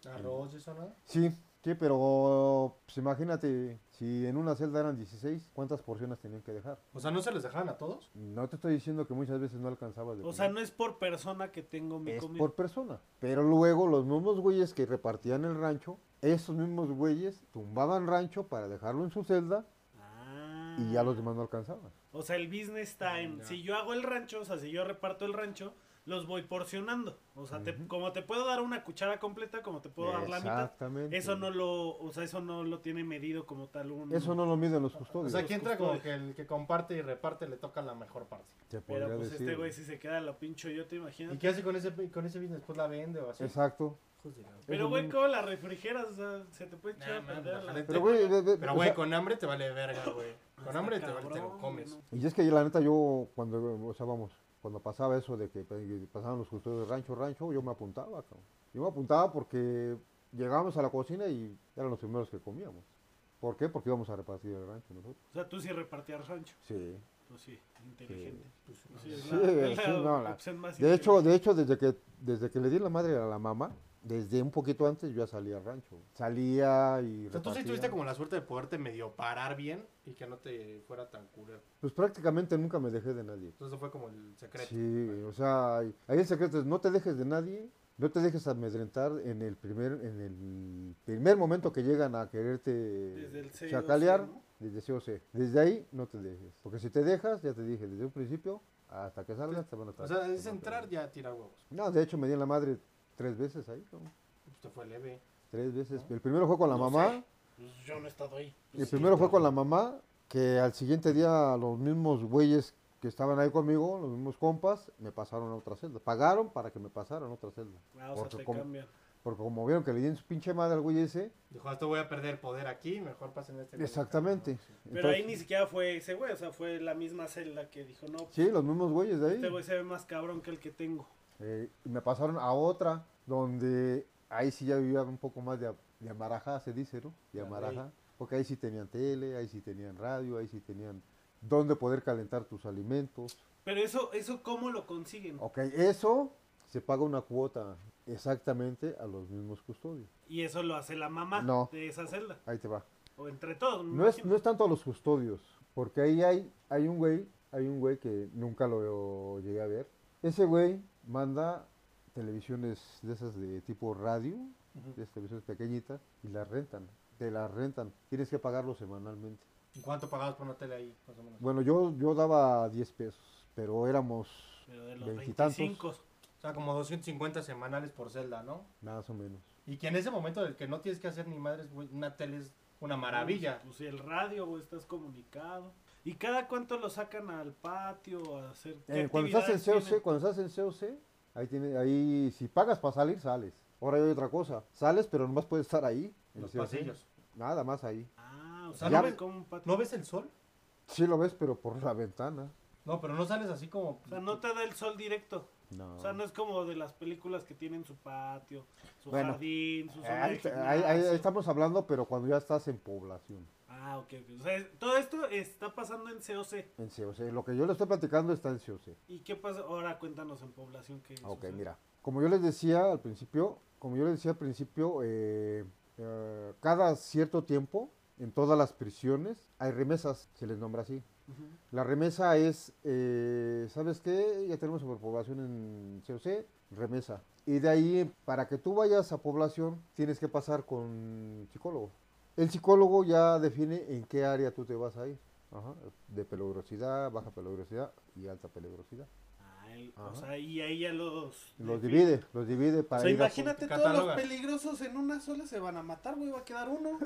S5: Arroz, eso nada.
S4: Sí, sí, pero pues, imagínate, si en una celda eran 16, ¿cuántas porciones tenían que dejar?
S5: O sea, ¿no se les dejaban a todos?
S4: No te estoy diciendo que muchas veces no alcanzabas de
S2: O sea,
S4: comer,
S2: no es por persona que tengo mi
S4: es
S2: comida.
S4: por persona. Pero luego los mismos güeyes que repartían el rancho, esos mismos güeyes tumbaban rancho para dejarlo en su celda
S2: Ah.
S4: y ya los demás no alcanzaban.
S2: O sea, el business time.
S5: Ah, ya.
S2: Si yo hago el rancho, o sea, si yo reparto el rancho, los voy porcionando. O sea, te-
S4: Ujú.
S2: como te puedo dar una cuchara completa, como te puedo dar la mitad.
S4: Exactamente.
S2: Eso no lo, o sea, eso no lo tiene medido como tal un
S4: Eso no lo miden los
S5: O
S4: custodios.
S5: sea,
S2: los
S5: aquí entra como
S2: custodios.
S5: que el que comparte y reparte le toca la mejor parte.
S4: Se
S2: Pero
S4: podría
S2: pues
S4: decir.
S2: este güey si se queda lo pincho yo, te
S5: ¿Y
S2: imaginas.
S5: qué hace con ese, con ese business? Pues la vende o así.
S4: Exacto.
S5: Hijos de la-
S2: Pero
S4: Eso
S2: güey,
S4: no-
S2: ¿cómo la refrigeras? O sea, se te puede echar
S5: Nah,
S2: a perder
S5: mames,
S2: la-
S5: ojalá.
S4: Pero, güey, ve- ve-
S5: Pero,
S4: o
S5: güey,
S4: sea,
S5: con hambre te vale verga, güey. Con
S2: Está
S5: hambre te, vale- te
S2: cabrón,
S5: lo
S2: güey,
S5: comes.
S2: no.
S4: Y es que la neta yo, cuando, o sea, vamos, cuando pasaba eso de que pues, pasaban los custodios de rancho, rancho, yo me apuntaba, cabrón. Yo me apuntaba porque llegábamos a la cocina y eran los primeros que comíamos. ¿Por qué? Porque íbamos a repartir el rancho nosotros.
S2: O sea, tú sí repartías rancho.
S4: Sí.
S2: Pues sí, inteligente.
S5: Pues,
S2: Pues sí, es
S4: Sí,
S2: la, es
S4: sí,
S2: la
S4: no, la-
S2: opción más
S4: De hecho,
S2: inteligente.
S4: de hecho desde, que, desde que le di la madre a la mamá, desde un poquito antes yo ya salía al rancho. Salía y...
S5: O sea, tú sí
S4: repartía.
S5: tuviste como la suerte de poderte medio parar bien y que no te fuera tan culero.
S4: Pues prácticamente nunca me dejé de nadie.
S5: Entonces eso fue como el secreto.
S4: Sí, o sea, ahí el secreto es no te dejes de nadie, no te dejes amedrentar en el primer, en el primer momento que llegan a quererte
S2: Desde el COC,
S4: chacalear,
S2: ¿no?
S4: desde COC. Desde ahí no te dejes, porque si te dejas, ya te dije, desde un principio hasta que salgas te van a estar.
S5: O sea,
S4: te
S5: es
S4: van a
S5: entrar ya
S4: pegar.
S5: a tirar huevos.
S4: No, de hecho me di en la madre tres veces ahí, ¿no?
S5: Pues te fue leve.
S4: tres veces. El primero fue con la
S5: No
S4: mamá.
S5: sé.
S2: Pues yo no he estado ahí.
S4: El primero fue con la mamá, que al siguiente día los mismos güeyes que estaban ahí conmigo, los mismos compas, me pasaron a otra celda. Pagaron para que me pasaran a otra celda.
S2: Ah, o sea,
S4: Porque
S2: te
S4: como-
S2: cambian.
S4: Porque como vieron que le dieron su pinche madre al güey ese,
S5: Dijo, "Ah, esto voy a perder poder aquí, mejor pasen este. güey acá",
S4: exactamente.
S5: ¿no? Sí.
S2: Pero ahí ni
S4: Entonces,
S2: siquiera fue ese güey, o sea, fue la misma celda que dijo, no, pues,
S4: Sí, los mismos güeyes de
S2: este
S4: ahí.
S2: güey se ve más cabrón que el que tengo.
S4: Eh, y me pasaron a otra, donde ahí sí ya vivía un poco más de, a- de amarajá, se dice, ¿no? De
S5: Ah,
S4: amarajá. Porque ahí sí tenían tele, ahí sí tenían radio, ahí sí tenían donde poder calentar tus alimentos.
S2: Pero eso, eso ¿cómo lo consiguen?
S4: Ok, eso se paga una cuota exactamente a los mismos custodios.
S2: Y eso lo hace la mamá
S4: No.
S2: de esa celda.
S4: Ahí te va.
S2: O entre todos. me
S4: No es,
S2: imagino.
S4: no es tanto a los custodios, porque ahí hay, hay un güey, hay un güey que nunca lo llegué a ver. Ese güey manda televisiones de esas de tipo radio, de esas televisiones pequeñitas, y las rentan. Te las rentan. Tienes que pagarlo semanalmente.
S5: ¿Y ¿Cuánto pagabas por una tele ahí, más o menos?
S4: Bueno, yo, yo daba 10 pesos, pero éramos
S2: Pero de los
S4: veintitantos.
S2: 25.
S5: O sea, como 250 semanales por celda, ¿no?
S4: más o menos.
S5: Y que en ese momento del que no tienes que hacer ni madres, güey, una tele es una maravilla.
S2: Pues el radio, güey, estás comunicado. ¿Y cada cuánto lo sacan al patio a hacer qué
S4: Eh, cuando estás en
S2: actividades
S4: COC,
S2: tienen?
S4: cuando estás en COC, ahí tiene, ahí si pagas para salir, sales. Ahora hay otra cosa, sales pero nomás puedes estar ahí. en
S5: Los
S4: COC.
S5: pasillos.
S4: Nada más ahí.
S2: Ah, o
S5: Ya
S2: sea, no
S4: ves-
S2: ves como un patio.
S5: ¿No ves el sol?
S4: Sí lo ves, pero por la ventana.
S5: No, pero no sales así como...
S2: O sea, no te da el sol directo.
S4: No.
S2: O sea, no es como de las películas que tienen su patio, su
S4: Bueno.
S2: jardín, su
S4: Eh,
S2: zona de
S4: ahí- ahí- ahí
S2: gimnasio.
S4: estamos hablando, pero cuando ya estás en población.
S2: Ah, ok, ok. O sea, es- todo esto está pasando en COC.
S4: En COC. Lo que yo le estoy platicando está en COC.
S2: ¿Y qué pasa? Ahora cuéntanos en población que
S4: Ah, Ok, mira. Como yo les decía al principio, como yo les decía al principio, eh, eh, cada cierto tiempo, en todas las prisiones, hay remesas, se les nombra así. La remesa es, eh, ¿sabes qué? Ya tenemos sobrepoblación en COC, remesa. Y de ahí, para que tú vayas a población, tienes que pasar con psicólogo. El psicólogo ya define en qué área tú te vas a ir. Ajá, De peligrosidad, baja peligrosidad y alta peligrosidad.
S2: Ah, el- o
S4: Ajá.
S2: sea, y ahí ya los... definen.
S4: Los divide, los divide
S2: O
S4: para
S2: sea,
S4: ir a-
S2: imagínate todos los
S5: cataloga.
S2: peligrosos en una sola se van a matar, güey, va a quedar uno.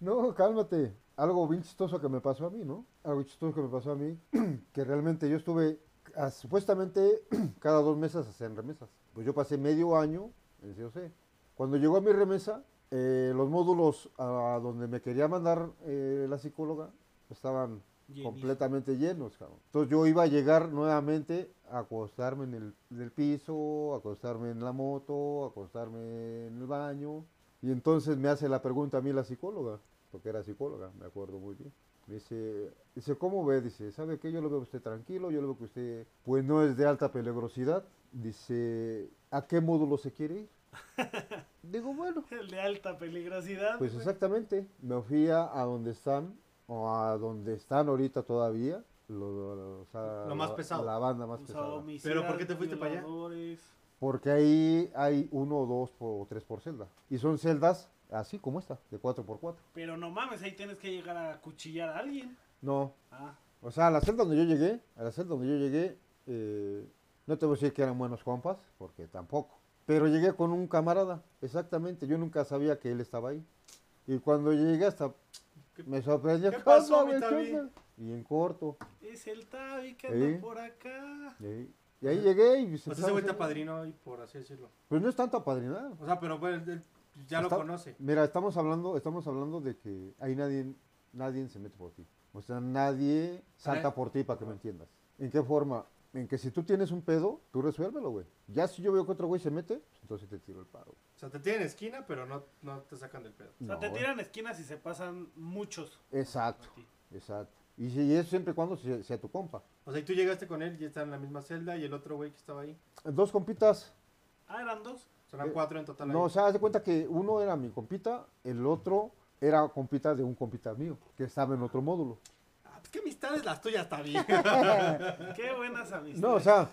S4: No, cálmate. Algo bien chistoso que me pasó a mí, ¿no? Algo chistoso que me pasó a mí, que realmente yo estuve, ah, supuestamente cada dos meses hacían remesas. Pues yo pasé medio año en COC. Cuando llegó a mi remesa, eh, los módulos a donde me quería mandar eh, la psicóloga estaban
S2: Llenísimo.
S4: completamente llenos, cabrón. Entonces yo iba a llegar nuevamente a acostarme en el, en el piso, acostarme en la moto, acostarme en el baño. Y entonces me hace la pregunta a mí la psicóloga, porque era psicóloga, me acuerdo muy bien. Me dice, dice, ¿cómo ve? Dice, ¿sabe qué? Yo lo veo a usted tranquilo, yo lo veo que usted, pues no es de alta peligrosidad. Dice, ¿a qué módulo se quiere ir? Digo, bueno,
S2: El de alta peligrosidad.
S4: pues
S2: güey.
S4: exactamente, me fui a, a donde están, o a donde están ahorita todavía, lo, lo- lo- o sea,
S5: Lo más
S4: la-
S5: pesado.
S4: La banda más
S2: O sea,
S4: pesada.
S2: homicidas,
S5: ¿Pero por qué te fuiste para allá?
S2: violadores.
S4: Porque ahí hay uno, dos po- o tres por celda. Y son celdas así como esta, de cuatro por cuatro.
S2: Pero no mames, ahí tienes que llegar a cuchillar a alguien.
S4: No,
S2: Ah,
S4: o sea, a la celda donde yo llegué, a la celda donde yo llegué, eh, No te voy a decir que eran buenos compas, porque tampoco. Pero llegué con un camarada, exactamente. Yo nunca sabía que él estaba ahí. Y cuando llegué hasta
S5: ¿Qué-
S4: me sorprendió.
S5: qué
S4: "¿Qué
S5: pasó,
S4: onda,
S5: mi
S4: güey? ¿Qué
S5: Tavi?"
S4: onda? Y en corto.
S2: Es el Tavi que anda
S4: Sí.
S2: por acá.
S4: Y ahí, y ahí llegué y... se
S5: O sea, ese güey Pues está padrino y por así decirlo.
S4: Pues no es tanto apadrinado.
S5: O sea, pero pues, él ya lo
S4: Está-
S5: conoce.
S4: Mira, estamos hablando, estamos hablando de que ahí nadie, nadie se mete por ti. O sea, nadie salta
S5: Ajá.
S4: por ti para que me entiendas. ¿En qué forma? En que si tú tienes un pedo, tú resuélvelo, güey. Ya si yo veo que otro güey se mete, pues entonces te tiro el paro.
S5: O sea, te tienen esquina, pero no, no te sacan del pedo.
S2: O sea,
S4: No,
S2: te
S4: güey.
S2: tiran esquinas y se pasan muchos.
S4: Exacto,
S2: por ti.
S4: exacto. Y si y eso siempre y cuando sea, sea tu compa.
S5: O sea, y tú llegaste con él y está en la misma celda y el otro güey que estaba ahí.
S4: Dos compitas.
S2: Ah, eran dos.
S5: O sea, eran
S4: Eh,
S5: cuatro en total.
S4: No,
S5: ahí.
S4: o sea, haz de cuenta que uno era mi compita, el otro era compita de un compita mío, que estaba en otro módulo.
S5: Ah, pues qué amistades las tuyas, está bien.
S2: Qué buenas amistades.
S4: No, o sea,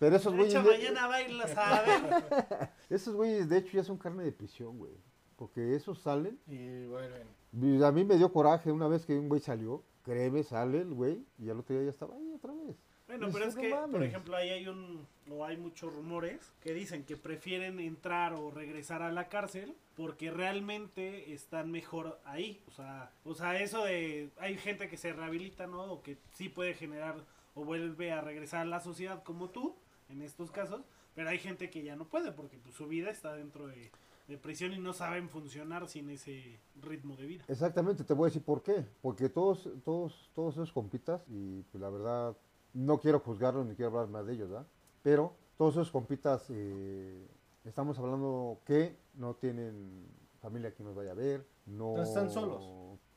S4: pero esos
S2: de
S4: güeyes...
S2: hecho,
S4: de-
S2: mañana bailas a ver.
S4: Esos güeyes, de hecho, ya son carne de prisión, güey. Porque esos salen.
S5: y bueno, bueno.
S4: Y A mí me dio coraje una vez que un güey salió. Créeme, sale el güey. Y al otro día ya estaba ahí otra vez.
S2: Bueno,
S4: Pues,
S2: pero es
S4: no
S2: que, por
S4: mames.
S2: ejemplo, ahí hay un, o hay muchos rumores que dicen que prefieren entrar o regresar a la cárcel porque realmente están mejor ahí. O sea, o sea, eso de, hay gente que se rehabilita, ¿no? O que sí puede generar o vuelve a regresar a la sociedad como tú, en estos casos, pero hay gente que ya no puede porque pues, su vida está dentro de, de prisión y no saben funcionar sin ese ritmo de vida.
S4: Exactamente, te voy a decir por qué. Porque todos, todos, todos esos compitas, y pues, la verdad, no quiero juzgarlos ni quiero hablar más de ellos, ¿verdad? Pero todos esos compitas, eh, estamos hablando que no tienen familia que nos vaya a ver, no...
S5: Entonces, están solos.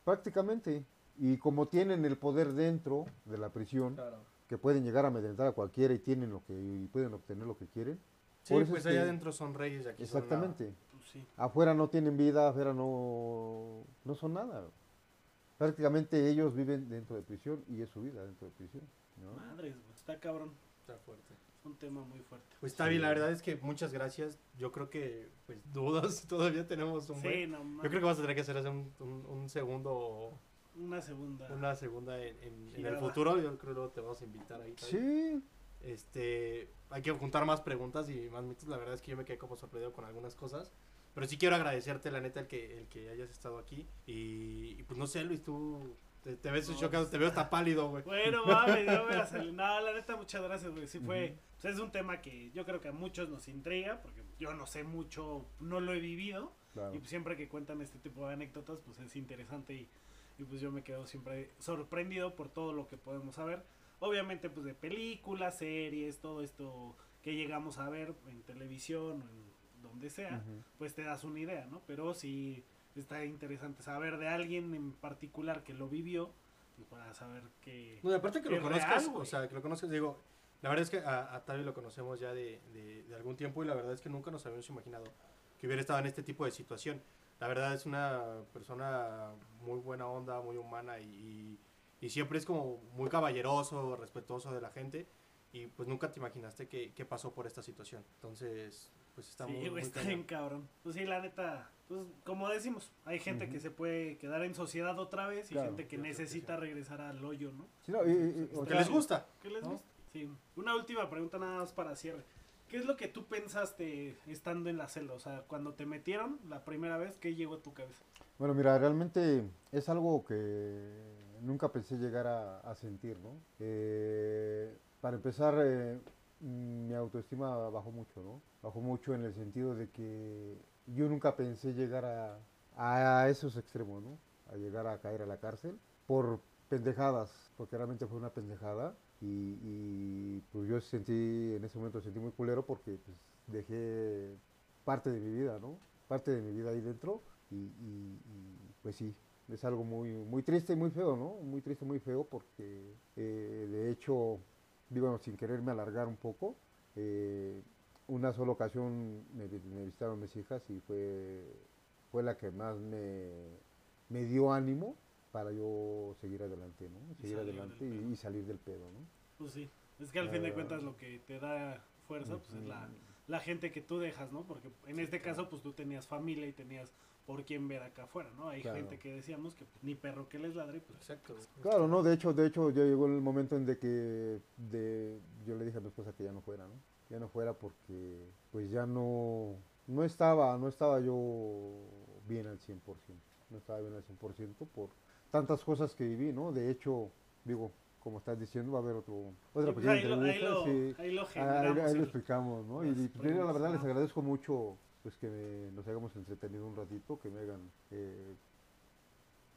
S4: Prácticamente. Y como tienen el poder dentro de la prisión,
S5: Claro.
S4: que pueden llegar a amedrentar a cualquiera y tienen lo que y pueden obtener lo que quieren.
S5: Sí,
S4: Por eso
S5: pues
S4: es
S5: allá
S4: que-
S5: adentro son reyes y aquí son nada.
S4: Exactamente.
S2: Pues sí.
S4: Afuera no tienen vida, afuera no no son nada. Prácticamente ellos viven dentro de prisión y es su vida dentro de prisión, ¿no?
S5: Ah,
S2: Madres, güey, está cabrón.
S5: Está fuerte.
S2: Es un tema muy fuerte.
S5: Pues Tavi,
S4: Sí.
S5: la verdad es que muchas gracias. Yo creo que, pues, dudas si todavía tenemos un
S2: Sí,
S5: buen.
S2: no mames.
S5: Yo creo que vas a tener que hacer hacer un, un- un segundo,
S2: Una segunda.
S5: una segunda en, en- en el
S2: Girada.
S5: futuro. Yo creo que luego te vamos a invitar ahí. Tavi.
S4: Sí,
S5: Este, hay que juntar más preguntas y más mitos. La verdad es que yo me quedé como sorprendido con algunas cosas. Pero sí quiero agradecerte, la neta, el que, el que hayas estado aquí. Y, y pues no sé, Luis, tú te, te ves
S2: No, pues, ah.
S5: chocado, te veo hasta pálido, güey.
S2: Bueno, mames, no me la salí. No, la neta, muchas gracias, güey. Sí fue. pues, es un tema que yo creo que a muchos nos intriga, porque yo no sé mucho, no lo he vivido.
S4: claro.
S2: Y pues, siempre que cuentan este tipo de anécdotas, pues es interesante y, y, pues yo me quedo siempre sorprendido por todo lo que podemos saber. Obviamente, pues de películas, series, todo esto que llegamos a ver en televisión o en donde sea,
S4: Ujú.
S2: pues te das una idea, ¿no? Pero sí está interesante saber de alguien en particular que lo vivió, pues para saber que...
S5: No, y aparte que lo
S2: Es
S5: conozcas,
S2: real, güey.
S5: o sea, que lo conozcas, digo, la verdad es que a, a Tavi lo conocemos ya de, de- de algún tiempo y la verdad es que nunca nos habíamos imaginado que hubiera estado en este tipo de situación. La verdad es una persona muy buena onda, muy humana y, y- y siempre es como muy caballeroso, respetuoso de la gente y pues nunca te imaginaste que, que pasó por esta situación. Entonces, pues está
S2: sí,
S5: muy,
S2: güey,
S5: muy
S2: está
S5: cañón.
S2: bien cabrón. Pues sí, la neta, pues como decimos, hay gente que se puede quedar en sociedad otra vez y
S4: Claro,
S2: gente que
S5: yo creo que
S2: necesita regresar al hoyo, ¿no?
S4: Sí, no, y- y- y-
S5: Este,
S4: o
S5: ¿Que
S4: sea,
S5: les gusta?
S2: ¿Qué les
S5: ¿No?
S2: gusta? Sí. Una última pregunta nada más para cierre. ¿Qué es lo que tú pensaste estando en la celda? O sea, cuando te metieron la primera vez, ¿qué llegó a tu cabeza?
S4: Bueno, mira, realmente es algo que nunca pensé llegar a, a sentir, ¿no? Eh, para empezar, eh, mm, mi autoestima bajó mucho, ¿no? Bajó mucho en el sentido de que yo nunca pensé llegar a, a esos extremos, ¿no? A llegar a caer a la cárcel por pendejadas, porque realmente fue una pendejada y, y, pues yo sentí, en ese momento sentí muy culero porque pues, dejé parte de mi vida, ¿no? Parte de mi vida ahí dentro y, y- y, pues sí, es algo muy, muy triste y muy feo, ¿no? Muy triste, muy feo porque eh, de hecho, digo, sin quererme alargar un poco, eh, una sola ocasión me, vi- me visitaron mis hijas y fue, fue la que más me, me dio ánimo para yo seguir adelante, ¿no?
S2: Y
S4: Seguir
S2: salir
S4: adelante
S2: del
S4: y-
S2: pedo.
S4: y salir del pedo, ¿no?
S2: Pues sí, es que al
S4: La
S2: fin de
S4: verdad.
S2: cuentas lo que te da fuerza pues es la,
S4: Ah. Ujú.
S2: la gente que tú dejas, ¿no? Porque en este caso, pues tú tenías familia y tenías por quién ver acá afuera, ¿no? Hay
S4: Claro.
S2: gente que decíamos que pues, ni perro que les ladre, pues
S5: Exacto. güey.
S4: Claro, no, de hecho, de hecho, ya llegó el momento en de que de, yo le dije a mi esposa que ya no fuera, ¿no? Ya no fuera porque pues ya no, no estaba, no estaba yo bien al 100%, no estaba bien al 100% por tantas cosas que viví, ¿no? De hecho, digo, como estás diciendo, va a haber otro, otra
S2: Sí, pues,
S4: pequeña
S2: ahí, lo, ahí,
S4: entrevista,
S2: lo,
S4: sí.
S2: ahí lo
S4: Ah, Ahí,
S2: generamos.
S4: ahí lo
S2: el-
S4: explicamos, ¿no? Y,
S2: las
S4: y pues, yo, la
S2: preguntas,
S4: verdad les
S2: ¿no?
S4: agradezco mucho pues que me- nos hayamos entretenido un ratito, que me hagan, eh,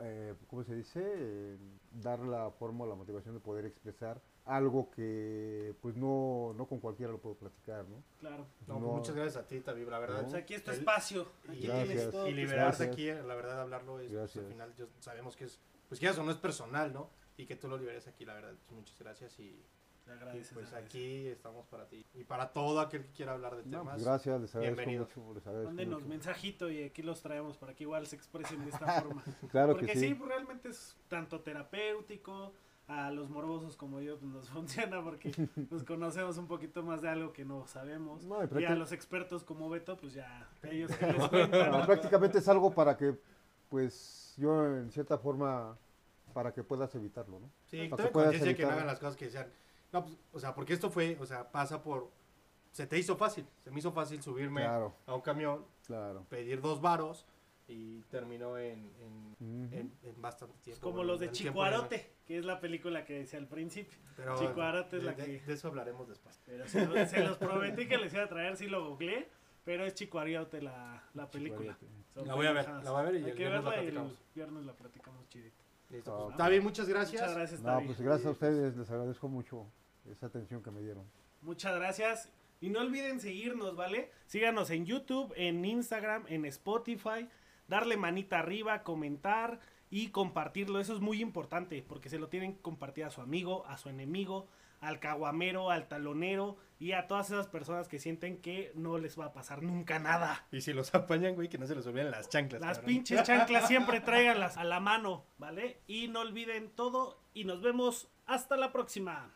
S4: eh, ¿cómo se dice? Eh, dar la forma o la motivación de poder expresar algo que pues no, no con cualquiera lo puedo platicar, ¿no?
S2: claro.
S5: No, pues,
S4: No.
S5: Muchas gracias a ti, Tavi, la verdad.
S4: No.
S2: O sea, aquí es tu
S5: El-
S2: espacio. Aquí
S4: Gracias.
S2: tienes todo.
S5: Y
S2: tu
S5: liberarte
S4: Gracias.
S5: aquí, la verdad, hablarlo es, pues,
S4: Gracias.
S5: al final yo- sabemos que es, pues quieras o no es personal, ¿no? Y que tú lo liberes aquí, la verdad, pues, muchas gracias y,
S2: espacio. Te agradeces,
S5: y, pues
S2: te agradeces.
S5: aquí estamos para ti. Y para todo aquel que quiera hablar de
S4: No, pues,
S5: temas.
S4: gracias, les agradezco
S5: bienvenido.
S4: mucho, les agradezco
S2: Mándenos
S4: mucho.
S2: mensajito y aquí los traemos para que igual se expresen de esta forma.
S4: Claro
S2: Porque
S4: que
S2: sí.
S4: sí.
S2: pues, realmente es tanto terapéutico, a los morbosos como yo pues, nos funciona porque nos conocemos un poquito más de algo que no sabemos.
S4: No, y
S2: y a
S4: prácti-
S2: los expertos como Beto, pues ya, ellos que les cuentan.
S4: no,
S2: ¿no?
S4: Pues, prácticamente es algo para que pues yo en cierta forma para que puedas evitarlo, ¿no?
S5: Sí,
S4: Para
S5: ten
S4: que puedas
S5: conciencia de que no
S4: evitar-
S5: hagan las cosas que desean. No, pues, o sea, porque esto fue, o sea, pasa por... Se te hizo fácil, se me hizo fácil subirme
S4: Claro,
S5: a un camión,
S4: claro.
S5: pedir dos varos y terminó en, en,
S4: Ujú.
S5: en- en bastante tiempo.
S2: Como
S5: bueno,
S2: los de
S5: el tiempo ya no-
S2: Chicuarote, que es la película que decía al principio.
S5: Pero,
S2: Chicuarote es
S5: de-
S2: la
S5: de-
S2: que-
S5: de eso hablaremos después.
S2: Pero se, lo- se los prometí que les iba a traer si lo googleé, pero es Chicuariote la, la película. Son
S5: La voy a ver,
S2: pendejadas.
S5: la voy a ver y
S2: Hay
S5: el
S2: que
S5: viernes la
S2: verla y el
S5: platicamos.
S2: viernes la platicamos chidito.
S5: Listo,
S4: Ah,
S5: pues,
S4: ok.
S5: Tavi, muchas gracias.
S2: Muchas gracias,
S4: No,
S2: Tavi.
S4: pues gracias a ustedes, les agradezco mucho esa atención que me dieron.
S2: Muchas gracias. Y no olviden seguirnos, ¿vale? Síganos en YouTube, en Instagram, en Spotify. Darle manita arriba, comentar y compartirlo. Eso es muy importante porque se lo tienen que compartir a su amigo, a su enemigo, al caguamero, al talonero y a todas esas personas que sienten que no les va a pasar nunca nada.
S5: Y si los apañan, güey, que no se les olviden las chanclas.
S2: Las
S5: cabrón.
S2: pinches chanclas siempre tráiganlas a la mano, ¿vale? Y no olviden todo y nos vemos hasta la próxima.